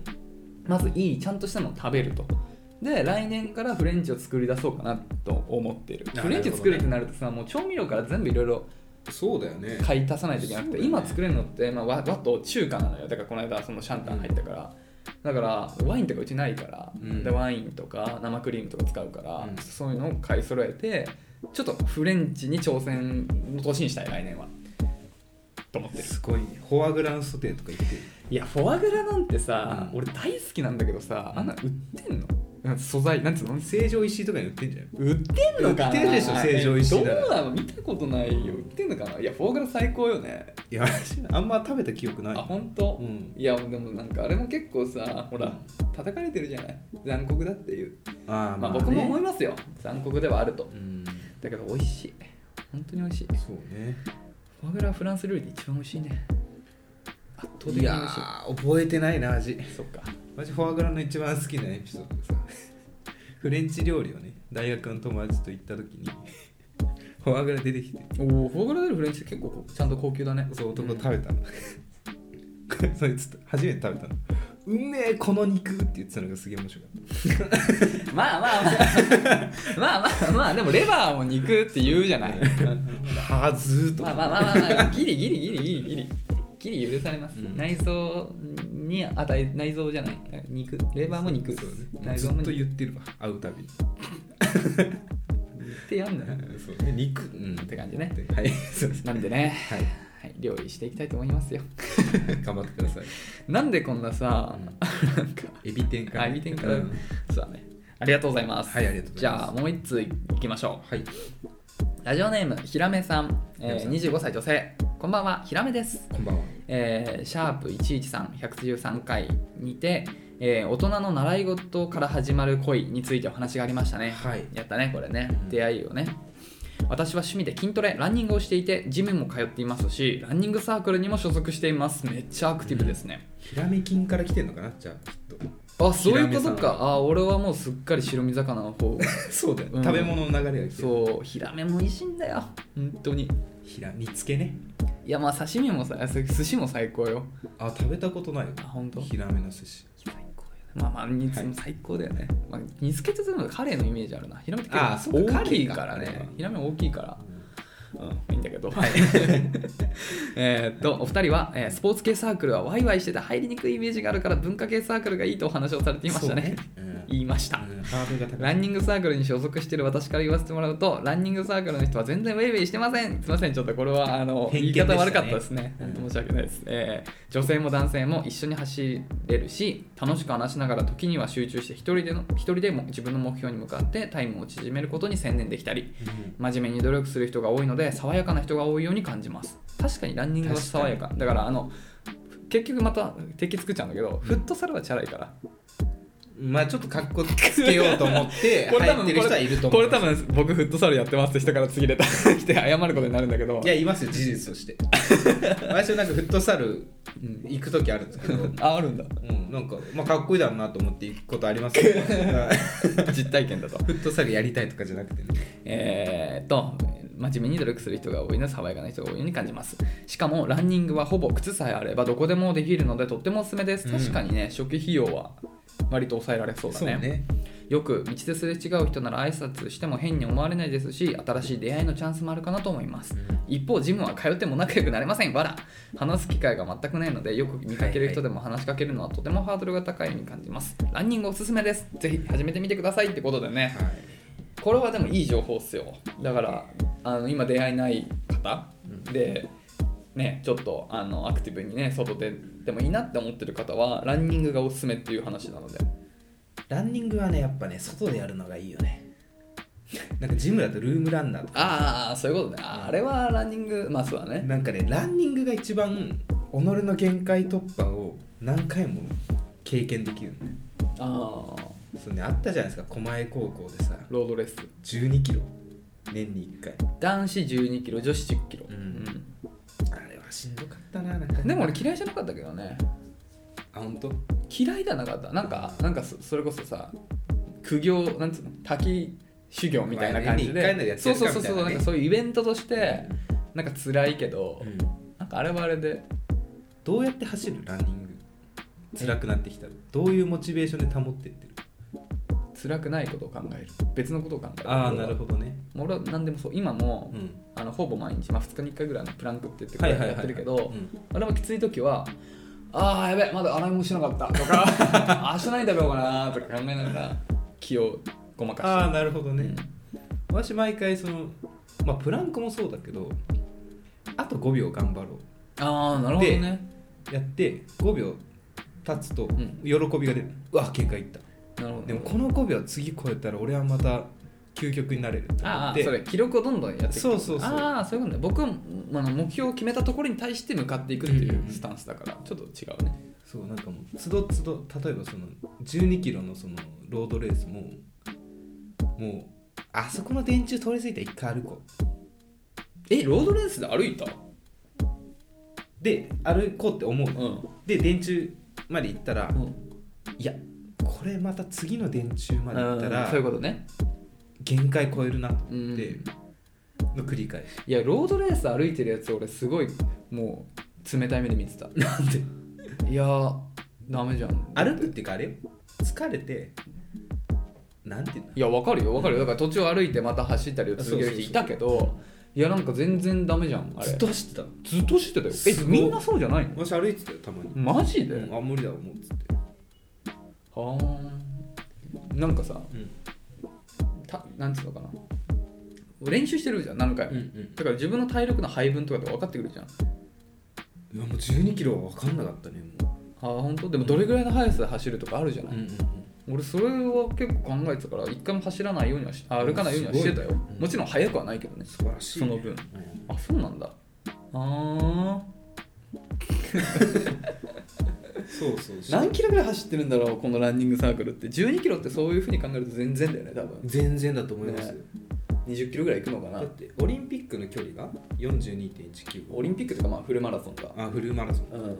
S2: まずいいちゃんとしたのを食べるとで来年からフレンチを作り出そうかなと思ってる
S1: あなるほ
S2: フ
S1: どね
S2: レンチ作るってなるとさもう調味料から全部いろいろ
S1: そうだよね
S2: 買い足さないといけなくて、
S1: そうだね
S2: 今作れるのって、まあ、和和と中華なのよだからこの間そのシャンタン入ったから、だからワインとかうちないから、
S1: うん
S2: でワインとか生クリームとか使うから、
S1: うん
S2: そういうのを買い揃えてちょっとフレンチに挑戦の年にしたい来年はと思ってる
S1: すごいねフォアグラのソテーとか言ってる
S2: いやフォアグラなんてさ、
S1: うん
S2: 俺大好きなんだけどさあんなの売ってんのなんか素材なんていうの
S1: 成城石井とかに売ってんじゃない
S2: 売ってんのか
S1: 売
S2: な
S1: ってるでしょ成城石井なら
S2: どうなの見たことないよ売ってんのかないやフォアグラ最高よね
S1: いや私あんま食べた記憶ない
S2: あ本当、
S1: うん
S2: いやでもなんかあれも結構さほら叩かれてるじゃない残酷だっていう
S1: あー
S2: まあ僕も思い
S1: ね
S2: ますよ残酷ではあると
S1: うん
S2: だけど美味しい本当に美味しい
S1: そうね
S2: フォアグラはフランス料理で一番美味しいね圧倒的に
S1: い
S2: 美
S1: や
S2: 味し
S1: ー覚えてないな味
S2: いそっか
S1: 私フォアグラの一番好きなエピソードでさ フレンチ料理をね大学の友達と行った時にフォアグラ出てきて
S2: おおフォアグラでるフレンチって結構こうちゃんと高級だね
S1: そう男食べたの、そいつと初めて食べたのうめえこの肉って言ってたのがすげえ面白かっ
S2: まあまあま あまあまあまあでもレバーも肉って言うじゃない
S1: たはずーと
S2: まあまあまあまあまあギリギリギリギリギリギリ許されます、
S1: うん
S2: 内臓にあた内臓じゃない肉レバーも肉
S1: そうね
S2: 内
S1: ず
S2: 臓も
S1: っと
S2: 肉
S1: 言ってるわ会うたびに
S2: ってやんだよ
S1: そうね肉、うん、
S2: って感じね
S1: はいそうです
S2: なんでね、
S1: はい
S2: はい、料理していきたいと思いますよ
S1: 頑張ってください
S2: なんでこんなさ、 なんか
S1: エビ天から
S2: エビ天から、
S1: うん
S2: そうだねありがとうございます、
S1: はいありがとうございます
S2: じゃあもう一ついきましょう
S1: はい
S2: ラジオネームひらめさん、
S1: ひら
S2: え
S1: めさ
S2: ー、
S1: ん
S2: 25歳女性こんばんはひらめです
S1: こんばんは
S2: えーシャープ113113回にて、えー大人の習い事から始まる恋についてお話がありましたね、
S1: はい
S2: やったねこれね
S1: うん
S2: 出会いをね私は趣味で筋トレランニングをしていてジムも通っていますしランニングサークルにも所属していますめっちゃアクティブですね、
S1: ひらめきんから来てんのかなじゃあきっと
S2: あそういうこと
S1: ヒラメさ
S2: かあ俺はもうすっかり白身魚の方
S1: そうだよ、
S2: うん
S1: 食べ物の流れが来てる
S2: そうヒラメも美味しいんだよ本当に
S1: ひら煮つけね
S2: いやまあ刺身もさ寿司も最高よ
S1: あ食べたことないよ
S2: あ本当
S1: ひらめの寿司
S2: 最高だよねまあまあ煮つ
S1: はい
S2: も最高だよね、まあ、煮付けって全部カレーのイメージあるなヒラメって
S1: あ
S2: 結
S1: そ
S2: 構
S1: うか
S2: 大きいから
S1: カレーか
S2: ねヒラメ大きいからうん、いいんだけど、 えーっとお二人は、えースポーツ系サークルはワイワイしてて入りにくいイメージがあるから文化系サークルがいいとお話をされていましたね
S1: そうねうん
S2: 言いました、
S1: うんハードルが高
S2: ラ
S1: い
S2: ンニングサークルに所属している私から言わせてもらうとランニングサークルの人は全然ウェイウェイしてませんすいませんちょっとこれはあの、
S1: 偏
S2: 言
S1: 見
S2: い
S1: でしたね
S2: 方悪かったですね、
S1: うん
S2: 本当申し訳ないです、えー女性も男性も一緒に走れるし楽しく話しながら時には集中して一人での一人でも自分の目標に向かってタイムを縮めることに専念できたり真面目に努力する人が多いので爽やかな人が多いように感じます確かにランニングは爽やかだからあの結局また敵作っちゃうんだけど、フットサルはチャラいから
S1: うんまあちょっとかっこつけようと思って
S2: これ多
S1: 入
S2: 分
S1: ってる人はいると思
S2: こ
S1: う
S2: れ多分僕フットサルやってますって人から次レター 来て謝ることになるんだけど
S1: いやいますよ事実と して私はなんかフットサル
S2: うん
S1: 行く時あるんですけど、う
S2: ああるんだ
S1: ん、なんか、まあ、かっこいいだろうなと思って行くことあり ますけどフ
S2: 実体験だと
S1: ットサルやりたいとかじゃなくてね
S2: えーっと真面目に努力する人が多いので爽やかな人が多いように感じますしかもランニングはほぼ靴さえあればどこでもできるのでとってもおすすめです
S1: うん
S2: 確かにね、初期費用は割と抑えられそうだよく道ですれ違う人なら挨拶しても変に思われないですし新しい出会いのチャンスもあるかなと思います
S1: うん
S2: 一方ジムは通っても仲良くなれませんわら話す機会が全くないのでよく見かける人でも話しかけるのはとてもハードルが高いように感じますランニングおすすめですぜひ始めてみてくださいってことでね
S1: はい
S2: これはでもいい情報っすよだからあの今出会いない方
S1: うん
S2: でねちょっとあのアクティブにね外ででもいいなって思ってる方はランニングがおすすめっていう話なので
S1: ランニングはねやっぱね外でやるのがいいよね なんかジムだとルームランナーとか
S2: ああそういうことねああれはランニングまあそうだね
S1: なんかねランニングが一番己の限界突破を何回も経験できるのね
S2: ああ
S1: そうねあったじゃないですか狛江高校でさ
S2: ロードレース
S1: 1 2キロ年に1回
S2: 男子1 2キロ女子1 0キロ、
S1: うん
S2: うん
S1: あれはしんどかったななんか
S2: でも俺嫌いじゃなかったけどね
S1: あ本当
S2: 嫌いじゃなかったなんかなんかそそれこそさ苦行なんつうの滝修行みたいな感じ
S1: まあ年に一回の
S2: で
S1: やつ
S2: そ
S1: や
S2: う
S1: る
S2: そ
S1: か
S2: うそうそ
S1: み
S2: う
S1: たいな
S2: な
S1: ね
S2: んかそういうイベントとしてなんか辛いけど、
S1: うん
S2: なんかあれはあれで
S1: どうやって走るランニング辛くなってきたらどういうモチベーションで保ってってる
S2: 辛くないことを考える別のことを考える
S1: ああなるほどね
S2: ど俺は何でもそう今も、
S1: うん
S2: あのほぼ毎日、まあ、2日に1回ぐらいのプランクって言ってくれやってるけど、俺もきつい時はあーやべまだ洗い物しなかったとか 明日何食べようかなとか考えながら気をごまかして
S1: ああなるほどね、
S2: うん
S1: 私毎回その、まあ、プランクもそうだけどあと5秒頑張ろ
S2: ああなるほどね
S1: うやって5秒経つと
S2: ん
S1: 喜びが出る、うわ限界いった
S2: なるほど
S1: でもこの5秒次超えたら俺はまた究極になれると思
S2: あ
S1: っ
S2: あ
S1: て
S2: それ記録をどんどんやっていく
S1: そうそうそう
S2: ああそういうことね僕はあの目標を決めたところに対して向かっていくってい
S1: うん
S2: うスタンスだから、ちょっと違うね
S1: そうなんかもうつどつど例えばその1 2キロのそのロードレースももうあそこの電柱通り過ぎたら一回歩こう
S2: えロードレースで歩いた
S1: で歩こうって思う、
S2: うん、
S1: で電柱まで行ったら、
S2: うん、
S1: いやこれまた次の電柱まで行ったら
S2: そういうことね
S1: 限界超えるなと思っての繰り返し
S2: いやロードレース歩いてるやつ俺すごいもう冷たい目で見てた
S1: なんで
S2: いやーダメじゃん
S1: 歩くっていうかあれよ疲れてなんていうの
S2: いやわかるよわかるよだから途中歩いてまた走ったりを続ける人いたけどいやなんか全然ダメじゃんあれ
S1: ずっと走ってた
S2: ずっとしてたよ
S1: す
S2: え
S1: ごい
S2: みんなそうじゃないの
S1: 私歩いてたよたまに、
S2: マジで、
S1: うんあ無理だ思うっつって、
S2: はあなんかさたなんつうのかな練習してるじゃん何回も、
S1: うん
S2: だから自分の体力の配分とかって分かってくるじゃんあ
S1: うんいやもう1 2キロは分かんなかったねも
S2: あ本当でもどれぐらいの速さで走るとかあるじゃな
S1: う、
S2: い、
S1: んうん
S2: 俺それは結構考えてたから一回も走らないようにはしあ歩かないようにはしてたよ、
S1: すごいねうん
S2: もちろん速くはないけどね
S1: 素晴らしい、ね、
S2: その分
S1: うん
S2: あそうなんだあ
S1: そうそうそう
S2: 何キロぐらい走ってるんだろうこのランニングサークルって1 2キロってそういうふうに考えると全然だよね多分
S1: 全然だと思います、
S2: ね20キロぐらい行くのか
S1: だ
S2: な
S1: ってオリンピックの距離が42.195
S2: オリンピックとかまあフルマラソンが、
S1: あフルマラソン
S2: うん、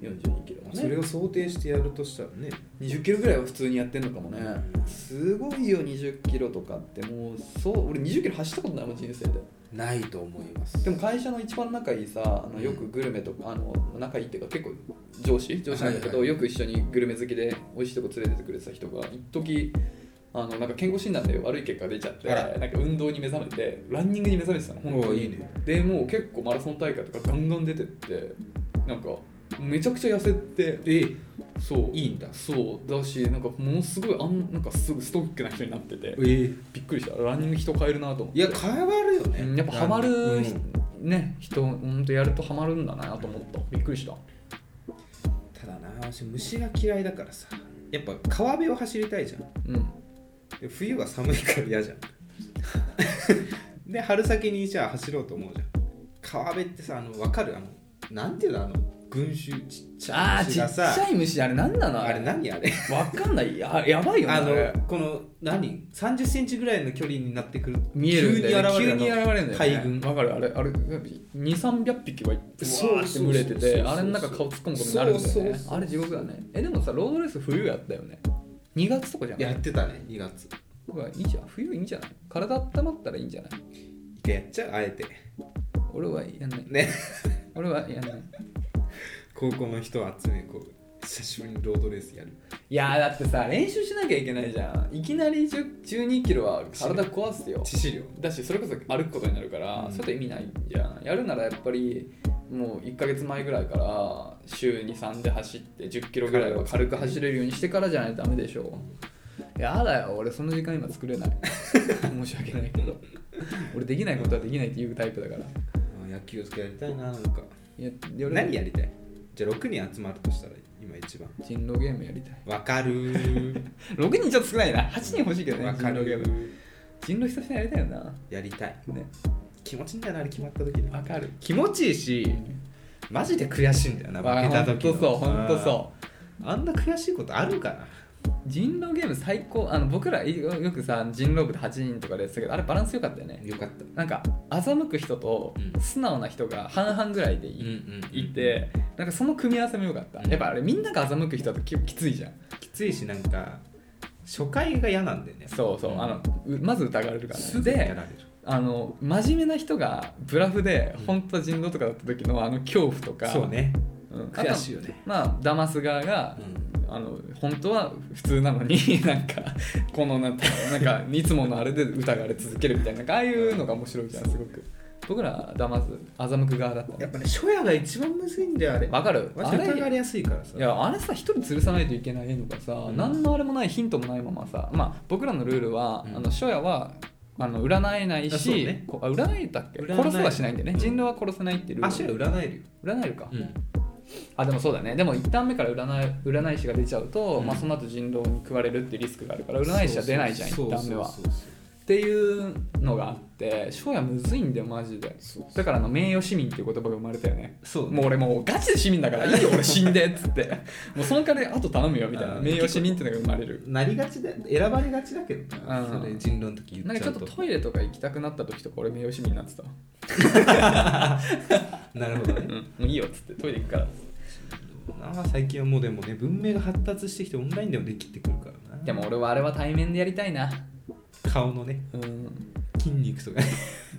S2: 42キロ
S1: そ
S2: そ
S1: れ
S2: れ
S1: を想定してやるとしたらね
S2: 20キロぐらいは普通にやってんのかもねすごいよ20キロとかってもうそう俺20キロ走ったことないもん人生で
S1: ないと思います
S2: でも会社の一番仲いいさあのよくグルメとかあの仲いいっていうか結構上司上司なんだけ
S1: はい
S2: ど、
S1: はい
S2: よく一緒にグルメ好きで美味しいとこ連れてってくれてた人が一時あのなんか健康診断で悪い結果が出ちゃって
S1: あら
S2: なんか運動に目覚めてランニングに目覚めてたの本当
S1: おー
S2: に
S1: いいね
S2: でもう結構マラソン大会とかガンガン出てってなんかめちゃくちゃ痩せて
S1: え
S2: そう
S1: いいんだ
S2: そうだしなんかものすごいあんなんかすぐストイックな人になってて
S1: え
S2: びっくりしたランニング人変えるなと思って
S1: いや変わるよ
S2: うん
S1: ね
S2: やっぱハマる、
S1: うん
S2: ね人ほんとやるとハマるんだなと思ったびっくりした
S1: ただな私虫が嫌いだからさやっぱ川辺を走りたいじゃん
S2: うん
S1: で冬は寒いから嫌じゃんで春先にじゃあ走ろうと思うじゃん川辺ってさあの分かるあのなんていうのあの群衆ちっちゃい虫がさ
S2: い虫あれなんなの
S1: あれ何あれ
S2: わかんないややばい
S1: あ
S2: あれ
S1: のこの何3 0ンチぐらいの距離になってくる
S2: 見えるんだよね
S1: 急に現れる
S2: 急に現れるんだよ、ね、
S1: 大群
S2: わかるあれあれ2300匹は
S1: そう
S2: わーって群れて
S1: そうそうそう
S2: て
S1: そう
S2: あれの中顔突っ込むことになるんだよね
S1: そうそうそう
S2: あれ地獄だねえでもさロードレース冬やったよね2月とかじゃな
S1: や
S2: い
S1: ってたね2月
S2: 僕はいいじゃん冬いいんじゃない体温まったらいいんじゃない
S1: 一回やっちゃうあえて
S2: 俺はやんない
S1: ね
S2: 俺はやんない
S1: 高校の人を集めこう久しぶりにロードレースやる
S2: いやーだってさ練習しなきゃいけないじゃんいきなり10 12キロは体壊すよ
S1: 致死量
S2: だしそれこそ歩くことになるから、
S1: うん
S2: それと意味ないじゃんやるならやっぱりもう1ヶ月前ぐらいから週23で走って1 0キロぐらいは軽く走れるようにしてからじゃないとダメでしょやだよ俺その時間今作れ ない申し訳ないけど俺できないことはできないっていうタイプだから
S1: あ野球とかやりたいななんか
S2: いや
S1: 何
S2: や
S1: やりたいじゃあ6人集まるとしたら今一番
S2: 人狼ゲームやりたい
S1: わかる ー
S2: 6人ちょっと少ないな8人欲しいけどね
S1: わか
S2: 人狼ゲ
S1: る
S2: ーム人狼久々にやりたいよな
S1: やりたい
S2: ね
S1: 気持ちいいんだよなあれ決まった時に
S2: わかる
S1: 気持ちいいしマジで悔しいんだよな負けた時
S2: ほんとそうほんと
S1: う
S2: そ
S1: あんな悔しいことあるかな
S2: う人狼ゲーム最高あの僕らいよくさ人狼部で8人とかでしたけどあれバランス良かったよね
S1: よかった
S2: なんか欺く人と
S1: うん
S2: 素直な人が半々ぐらいでい,、
S1: うん
S2: いてなんかその組み合わせも良かった、
S1: うん
S2: やっぱあれみんなが欺く人だとききついじゃん
S1: きついしなんか初回が嫌なんだよね
S2: そうそうあのうまず疑われるから、ね、
S1: すぐやられ
S2: で
S1: る
S2: あの真面目な人がブラフで本当は人狼とかだった時のあの恐怖とか
S1: そうね
S2: うん、あと
S1: 悔しいよね
S2: まあ騙す側が
S1: うん
S2: あの本当は普通なのに なんかこのなんていうのなんかいつものあれで疑われ続けるみたいななんかああいうのが面白いじゃんすごく僕ら騙す欺く側だった
S1: やっ
S2: ね
S1: ぱね初夜が一番むずいんだよあれ
S2: わかる
S1: マジで疑われやすいからさ
S2: いやあれさ一人吊るさないといけないのかさ、
S1: うん
S2: 何のあれもないヒントもないままさ、まあ、僕らのルールは、
S1: うん
S2: あの初夜はあの占えない
S1: あそう
S2: し
S1: ね
S2: こあ占えたっけ
S1: 占え
S2: 殺すはしないんだよね、人狼は殺せないっていうル
S1: あ
S2: ー
S1: 初夜
S2: ル
S1: 占えるよ
S2: 占えるか、
S1: うん
S2: あでもそうだねでも1ターン目から占い占い師が出ちゃうと、
S1: うん
S2: まあ、その後人狼に食われるっていうリスクがあるから占い師は出ないじゃん
S1: そう
S2: 1
S1: そ
S2: タ
S1: う
S2: ーン目は
S1: そうそうそう
S2: っていうのがあって初夜むずいんだよマジで
S1: そう
S2: だからあの名誉市民っていう言葉が生まれたよね
S1: そう
S2: もう俺もうガチで市民だからいいよ俺死んでっつってもうその代わりあと頼むよみたい
S1: あ
S2: な
S1: ー
S2: 名誉市民っていうのが生まれる
S1: なりがちだ選ばれがちだけどな
S2: うん
S1: それ人狼の時
S2: な
S1: 言
S2: ん
S1: っ
S2: か
S1: ちゃ
S2: ちょ
S1: う
S2: っと
S1: と
S2: トイレとか行きたくなった時とか俺名誉市民になってたわ
S1: なるほどね
S2: うんもういいよっつってトイレ行くからっつって
S1: なあ最近はもうでもね文明が発達してきてオンラインでもできてくるからな
S2: でも俺はあれは対面でやりたいな
S1: 顔のね
S2: うん
S1: 筋肉とかね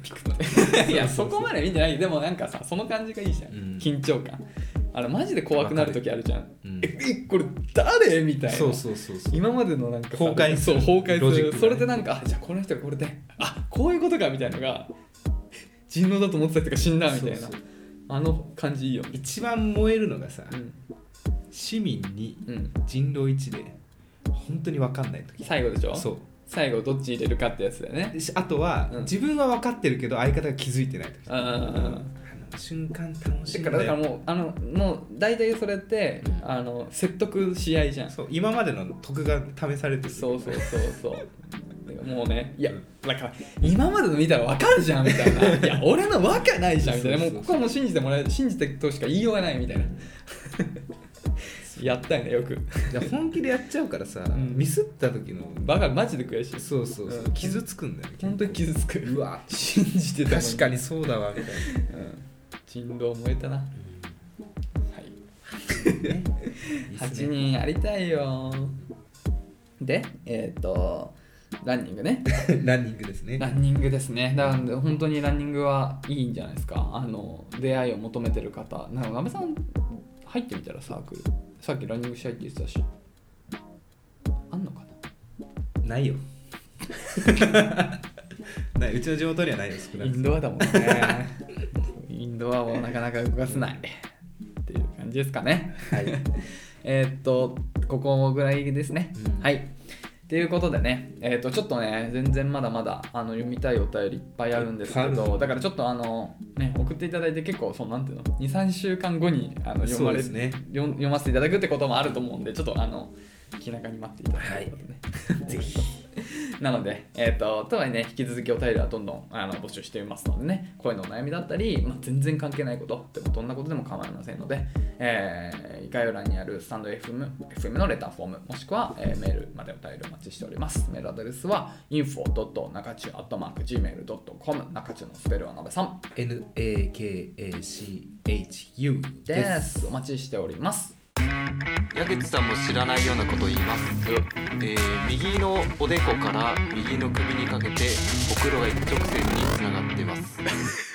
S2: ピクッといやそこまで見てないけどでもなんかさその感じがいいじゃん、
S1: うん
S2: 緊張感あれマジで怖くなる時あるじゃん、
S1: うん
S2: ええこれ誰みたいな
S1: そうそうそうそう
S2: 今までのなんかさ
S1: 崩壊す
S2: そう
S1: る
S2: 崩壊
S1: ロ
S2: す
S1: ジッ
S2: る
S1: クが
S2: それでなんかあじゃあこの人がこれであこういうことかみたいなのが人狼だと思ってた人が死んだみたいな
S1: そうそう
S2: あの感じいいよね
S1: 一番燃えるのがさ
S2: うん、
S1: 市民に
S2: うん、
S1: 人狼一で本当に分かんない時
S2: 最後でしょ
S1: そう
S2: 最後どっち入れるかってやつだよね
S1: でしあとは、
S2: うん
S1: 自分は分かってるけど相方が気づいてない時
S2: うんうんうんうん
S1: あの瞬間楽しい
S2: だ
S1: ん
S2: か
S1: だ
S2: ら
S1: よ
S2: だからもうあのもう大体それって、
S1: うん
S2: あの説得し合いじゃん
S1: そう今までの得が試されてる
S2: そうそうそうそうもうねいやなんか今までの見たら分かるじゃんみたい ないや俺の分 かないじゃんみたいなもうここはもう信じてもらえ信じてとしか言いようがないみたいなやったよねよく
S1: だから本気でやっちゃうからさ、
S2: ん
S1: ミスった時の
S2: バカマジで悔しい
S1: そうそうそううん傷つくんだよ
S2: 本当に傷つく
S1: うわ
S2: 信じてたの
S1: 確かにそうだわみたい
S2: うん人道燃えたな、はい
S1: な
S2: 8人やりたいよでえっ、とランニングね
S1: 人ランニングですね
S2: ランニングですねだから本当にランニングはいいんじゃないですかあの出会いを求めてる方なんかガメさん入ってみたらサークルさっきランニングしたいって言ってたしあんのかな
S1: ないよ ないうちの地元にはないよ少な
S2: イ
S1: くとも
S2: ンドアだもん ねインドアをなかなか動かせないっていう感じですかね
S1: はい
S2: えーっとここぐらいですね、
S1: うん
S2: はいということでね、えーっとちょっとね全然まだまだあの読みたいお便りいっぱいあるんですけ
S1: いっぱいあ
S2: ど
S1: る
S2: だからちょっとあの、ね、送っていただいて結構そうなんていうの23週間後にあの読ま
S1: そう
S2: れ
S1: ですね
S2: 読読ませていただくってこともあると思うんでちょっとあの気長に待っていただければとね、
S1: ぜひ
S2: なので、えっととはいえね引き続きお便りはどんどんあの募集していますのでね声のお悩みだったり、まあ、全然関係ないことでもどんなことでも構いませんので、えー概要欄にあるスタンド FM, FM のレターフォームもしくは、えーメールまでお便りお待ちしておりますメールアドレスは info.nakachu.gmail.com 中中のスペルはなべさん
S1: NAKACHU
S2: で
S1: です
S2: すお待ちしております
S3: 矢口さんも知らないようなこと言います、えー右のおでこから右の首にかけておくろが一直線につながってます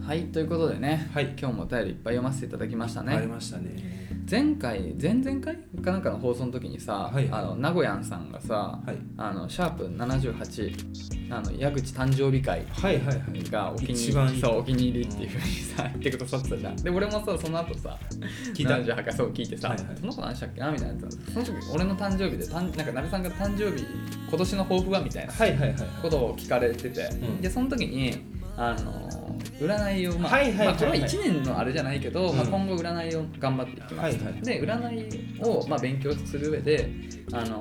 S2: はいということでね、
S1: はい
S2: 今日もお便りいっぱい読ませていただきましたね
S1: ありましたね
S2: 前回前々回かなんかの放送の時にさ、
S1: はいはい
S2: あの名古屋んさんがさ「
S1: はい
S2: あのシャープ #78 あの矢口誕生日会」
S1: はいはいはい
S2: がお気に
S1: 一番い
S2: 入
S1: い
S2: りそうお気に入りっていうふうにさ言ってくださってたじゃんで俺もさその後さ
S1: 聞いた
S2: 78回そう聞いてさ、
S1: はいはい
S2: その子何したっけなみたいなやつその時俺の誕生日でたんなんかなべさんが誕生日今年の抱負はみたいな
S1: はいはいはい
S2: ことを聞かれてて、
S1: ん
S2: でその時にあの占いをまあ
S1: はいはいはいはい
S2: まあこれは1年のあれじゃないけど、まあ、
S1: うん
S2: 今後占いを頑張っていきます、
S1: はいはい
S2: で占いをまあ勉強する上であの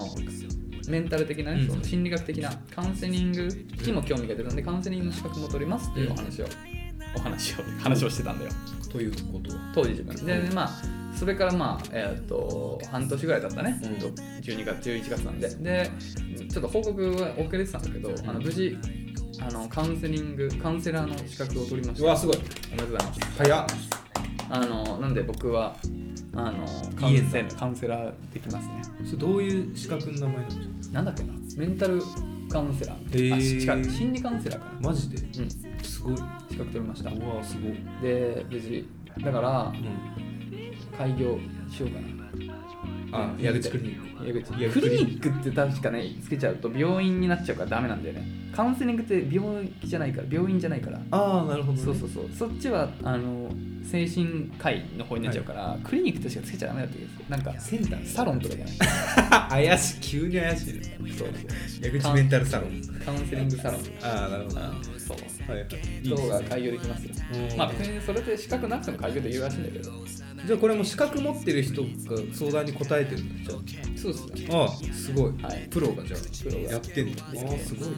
S2: メンタル的な、ね
S1: うん
S2: その心理学的なカウンセリングにも興味が出たんでカウンセリングの資格も取りますっていうお話を、お話を話をしてたんだよ
S1: ということは
S2: 当時自分でまあそれからまあえっ、と半年ぐらいだったね、
S1: うん
S2: 12月11月なんででちょっと報告は遅れてたんだけど、あの無事あのカウンセリングカウンセラーの資格を取りました
S1: うわすごい
S2: おめでとうございます
S1: 早っ
S2: あのなんで僕はあのカウンセ
S1: いいやつ
S2: カウンセラーできますね
S1: それどういう資格の名前なの
S2: なんだっけなメンタルカウンセラー、
S1: へー
S2: あし違う心理カウンセラーかな、
S1: マジで
S2: うん、資
S1: すごい
S2: 格取りました
S1: うわすごい、
S2: で無事だから
S1: うん、
S2: 開業しようかな
S1: あ矢口クリニック
S2: 矢口
S1: 矢口
S2: クリニックって確かねつけちゃうと病院になっちゃうからダメなんだよねカウンセリングって病気じゃないから病院じゃないから
S1: ああなるほど、ね、
S2: そうそうそうそっちはあの精神科医の方になっちゃうから、クリニックってしかつけちゃダメだったけどなんか
S1: センター
S2: サロンとかじゃない
S1: あ 怪しい急に怪しいね
S2: そう
S1: 矢口メンタルサロン
S2: カウンセリングサロン
S1: ああなるほど
S2: あそう
S1: はいはいいい
S2: 動
S1: で
S2: 画開業できますよ
S1: うん
S2: まあ別にそれで資格なくても開業できるらしいんだけど
S1: すじゃあこれも資格持ってる人が相談に答えてるんだじゃ
S2: そうですね
S1: あああすごい、
S2: はい
S1: プロがじゃ
S2: プロ
S1: あ
S2: が
S1: やってんだああすごいな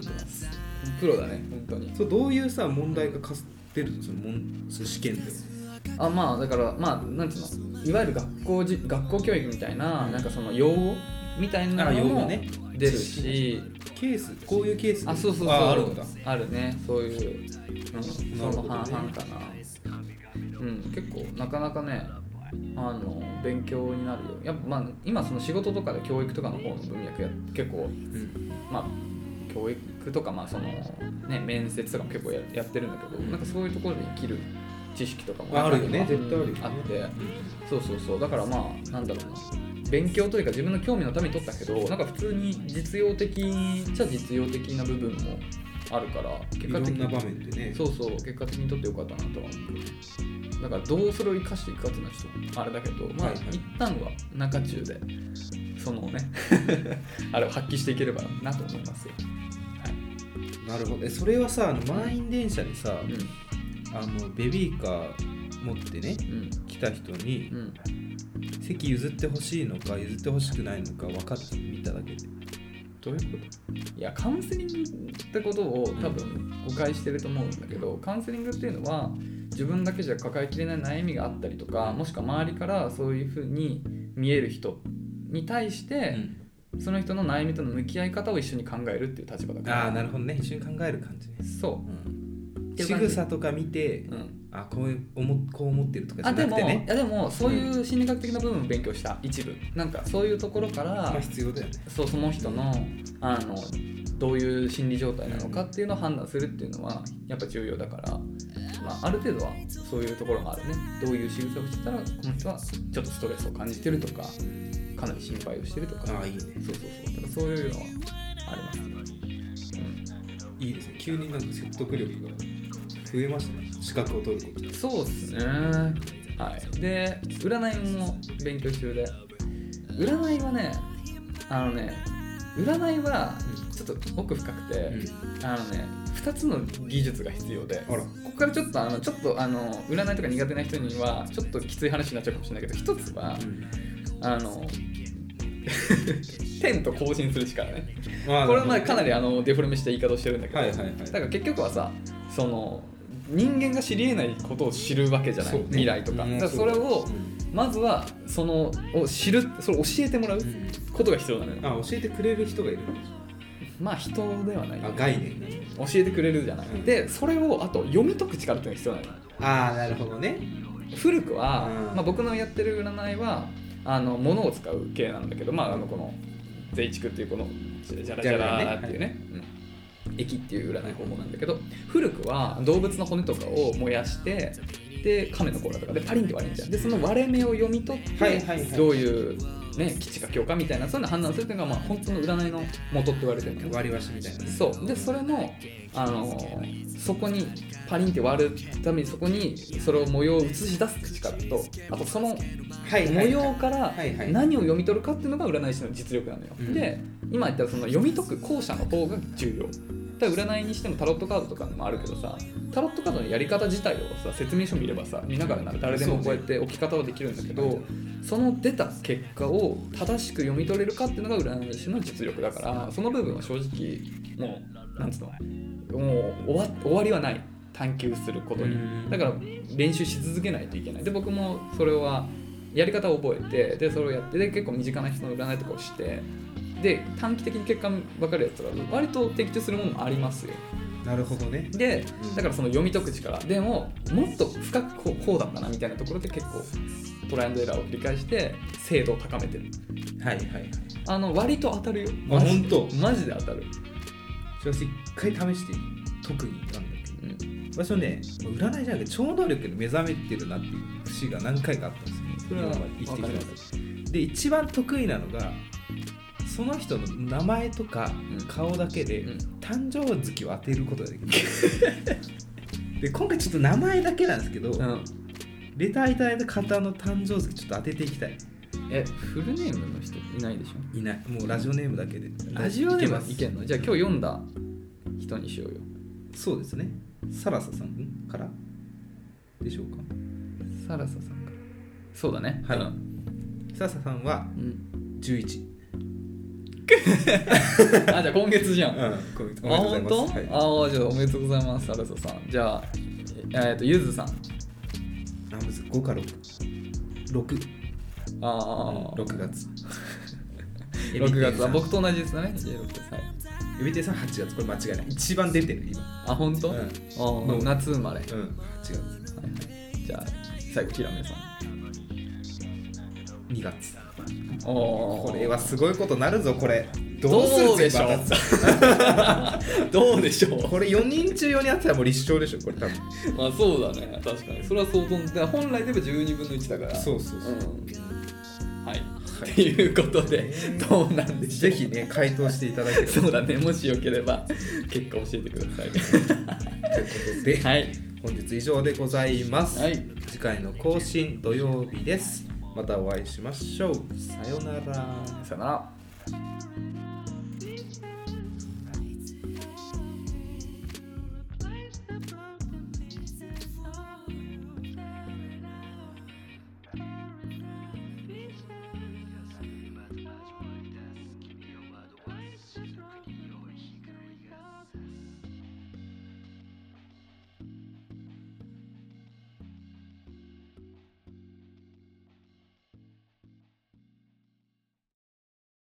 S2: プロだね本当に
S1: そうどういうさ問題がかすってるのそのもんその試験で
S2: あまあだからまあなんていうのいわゆる学校じ学校教育みたいな,、なんかその用語みたいな
S1: あ
S2: の
S1: 用語
S2: も
S1: ね
S2: 出るし
S1: ケースこういうケース
S2: あそうそうそう
S1: ああるんだ
S2: あるねそういう、うん、そ
S1: なる
S2: の
S1: ほどね
S2: 半々かな、うん結構なかなかねあの勉強になるよやっぱまあ今その仕事とかで教育とかの方の文脈や結構
S1: うん
S2: まあ教育とかまあそのね面接とかも結構ややってるんだけど、なんかそういうところで生きる知識とかも
S1: あるよね
S2: 中には
S1: 絶対あるよね
S2: あって、そうそうそうだからまあなんだろうな勉強というか自分の興味のために取ったけどなんか普通に実用的じゃ実用的な部分もあるから結
S1: い
S2: 果
S1: ろ
S2: 的
S1: んな場
S2: に
S1: 面でね
S2: そうそう結果的に取ってよかったなとは思うだからどうそれを生かしていくかっていうのはちょっとあれだけどまあ
S1: はいはい
S2: 一旦は中中でそのね あれを発揮していければなと思いますよはい
S1: なるほどえそれはさあの満員電車でさ、
S2: う
S1: あのベビーカー持ってね
S2: ん
S1: 来た人に
S2: うんうん
S1: 席譲ってほしいのか譲ってほしくないのか分かってみただけで
S2: どういうこといやカウンセリングってことを多分誤解してると思うんだけどカウンセリングっていうのは自分だけじゃ抱えきれない悩みがあったりとかもしくは周りからそういうふうに見える人に対して、その人の悩みとの向き合い方を一緒に考えるっていう立場だから
S1: ああなるほどね一緒に考える感じね、
S2: そ
S1: う
S2: う
S1: ん、
S2: ていう
S1: 仕
S2: 感じ
S1: 草とか見て、
S2: うん
S1: あこう思こう思ってるとかじ
S2: あ
S1: ゃな
S2: で
S1: く
S2: も
S1: て
S2: い
S1: ね
S2: やでもそういう心理学的な部分を勉強した一部なんかそういうところか
S1: まあ
S2: ら
S1: 必要だよね
S2: そうその人のあのどういう心理状態なのかっていうのを判断するっていうのはやっぱ重要だから、まあ、ある程度はそういうところがあるねどういう仕草をしてたらこの人はちょっとストレスを感じてるとかかなり心配をしてるとか
S1: ああいいね
S2: そうそうそうだからそういうのはありますね、
S1: いいですね急になんか説得力が増えましたね資格を取ること
S2: うん、そうっすねはいで占いも勉強中で占いはねあのね占いはちょっと奥深くて、あのね、2つの技術が必要で、
S1: あら
S2: ここからちょっとあのちょっとあの占いとか苦手な人にはちょっときつい話になっちゃうかもしれないけど、1つはあの 天と交信する力ね。
S1: まあ
S2: これはまあかな
S1: り
S2: りあのデフォルメした言い方をしてるんだけど、
S1: はいはいはい
S2: だから結局はさ、その人間が知り得ないことを知るわけじゃない、未来とか。だからそれをまずはそのを知るそれを教えてもらうことが必要なのよ。
S1: あ教えてくれる人がいるんでし
S2: まあ人ではない
S1: ょ
S2: よ
S1: あ概念がね
S2: 教えてくれるじゃない、
S1: うん
S2: でそれをあと読み解く力っていうのが必要な
S1: ああなるほどね
S2: の古くは、
S1: うん
S2: まあ、僕のやってる占いはあの物を使う系なんだけどまああのこの税畜っていうこのじゃじゃらじゃらっていうねうん液っていう占い方法なんだけど古くは動物の骨とかを燃やしてで亀の甲羅とかでパリンって割れんじゃんでその割れ目を読み取って、
S1: はいはいはい
S2: どういうね基地か強化みたいなそういうの判断するっていうのがまあ本当の占いの元って言われてるんだけど
S1: 割り箸みたいなね
S2: そうでそれの、あのそこにパリンって割るためにそこにそれを模様を映し出す力とあとその
S1: はい
S2: 模
S1: はい
S2: 様から
S1: はいはい
S2: 何を読み取るかっていうのが占い師の実力なのよ、
S1: うん
S2: で今言ったその読み解く後者の方が重要だから占いにしてもタロットカードとかもあるけどさタロットカードのやり方自体をさ説明書見ればさ見ながらなら誰でもこうやって置き方はできるんだけどその出た結果を正しく読み取れるかっていうのが占い師の実力だからその部分は正直もうなんつうのもう終わ終わりはない探求することに
S1: うん
S2: だから練習し続けないといけないで僕もそれはやり方を覚えてでそれをやってで結構身近な人の占いとかをしてで短期的に結果分かるやつとか割と的中するものもありますよ
S1: なるほどね
S2: で
S1: うん
S2: だからその読み解く力でももっと深くこうこうだったなみたいなところで結構トライアンドエラーを繰り返して精度を高めてる
S1: はいはいはい
S2: あの割と当たるよ
S1: あ
S2: マジで
S1: 本当
S2: マジで当たる、
S1: じゃあ一回試していい特技なんだけど
S2: うん、
S1: 私はね占いじゃなくて超能力に目覚めてるなっていう節が何回かあったんですよ
S2: それは
S1: 今まで生きてきた
S2: わか
S1: 中でで一番得意なのがその人の名前とか
S2: うん
S1: 顔だけで
S2: うん
S1: 誕生月を当てることができるで今回ちょっと名前だけなんですけど、
S2: うん、
S1: レターいただいた方の誕生月ちょっと当てていきたい
S2: えフルネームの人いないでしょ
S1: いないもうラジオネームだけで
S2: ラジオネーム
S1: いけます
S2: いけんのじゃあ今日読んだ人にしようよ
S1: そうですねサラサさんからでしょうか
S2: サラサさんかそうだね
S1: はい
S2: うん
S1: サラサさんは
S2: うん、
S1: 11
S2: あじゃあ今月じゃんあ
S1: ごめん おめでとう
S2: 本
S1: ご
S2: 当
S1: ざいますはい
S2: ああじゃあおめでとうございますサラサさんじゃあえーっとゆずさん
S1: あむず5か6。6。
S2: ああ
S1: 6月。
S2: 6月は
S1: は
S2: 僕と同じですね26月はい
S1: エビテさん8月。これ間違いない。一番出てる、今。
S2: あ本当、
S1: う
S2: うんん、あ夏生まれ、
S1: うん、8月。
S2: はいはい、じゃあ最後きらめさん
S1: 2月。
S2: おー
S1: これはすごいことなるぞ、これ。
S2: ど
S1: どうする
S2: うでしょ
S1: 全部当たっ
S2: うどうでしょう
S1: たこれ4人中4人あったらもう立証でしょ、これ多分。
S2: まあそうだね確かにそれは相当だから本来でも12分の1だから
S1: そうそうそう。
S2: うんはい、っていうことでどうなんでしょう
S1: ぜひね、回答していただければと
S2: そうだねもしよければ結果教えてくださ い
S1: いうことで、
S2: はい
S1: 本日以上でございます。
S2: はい
S1: 次回の更新土曜日です。またお会いしましょう。さようなら。
S2: さよなら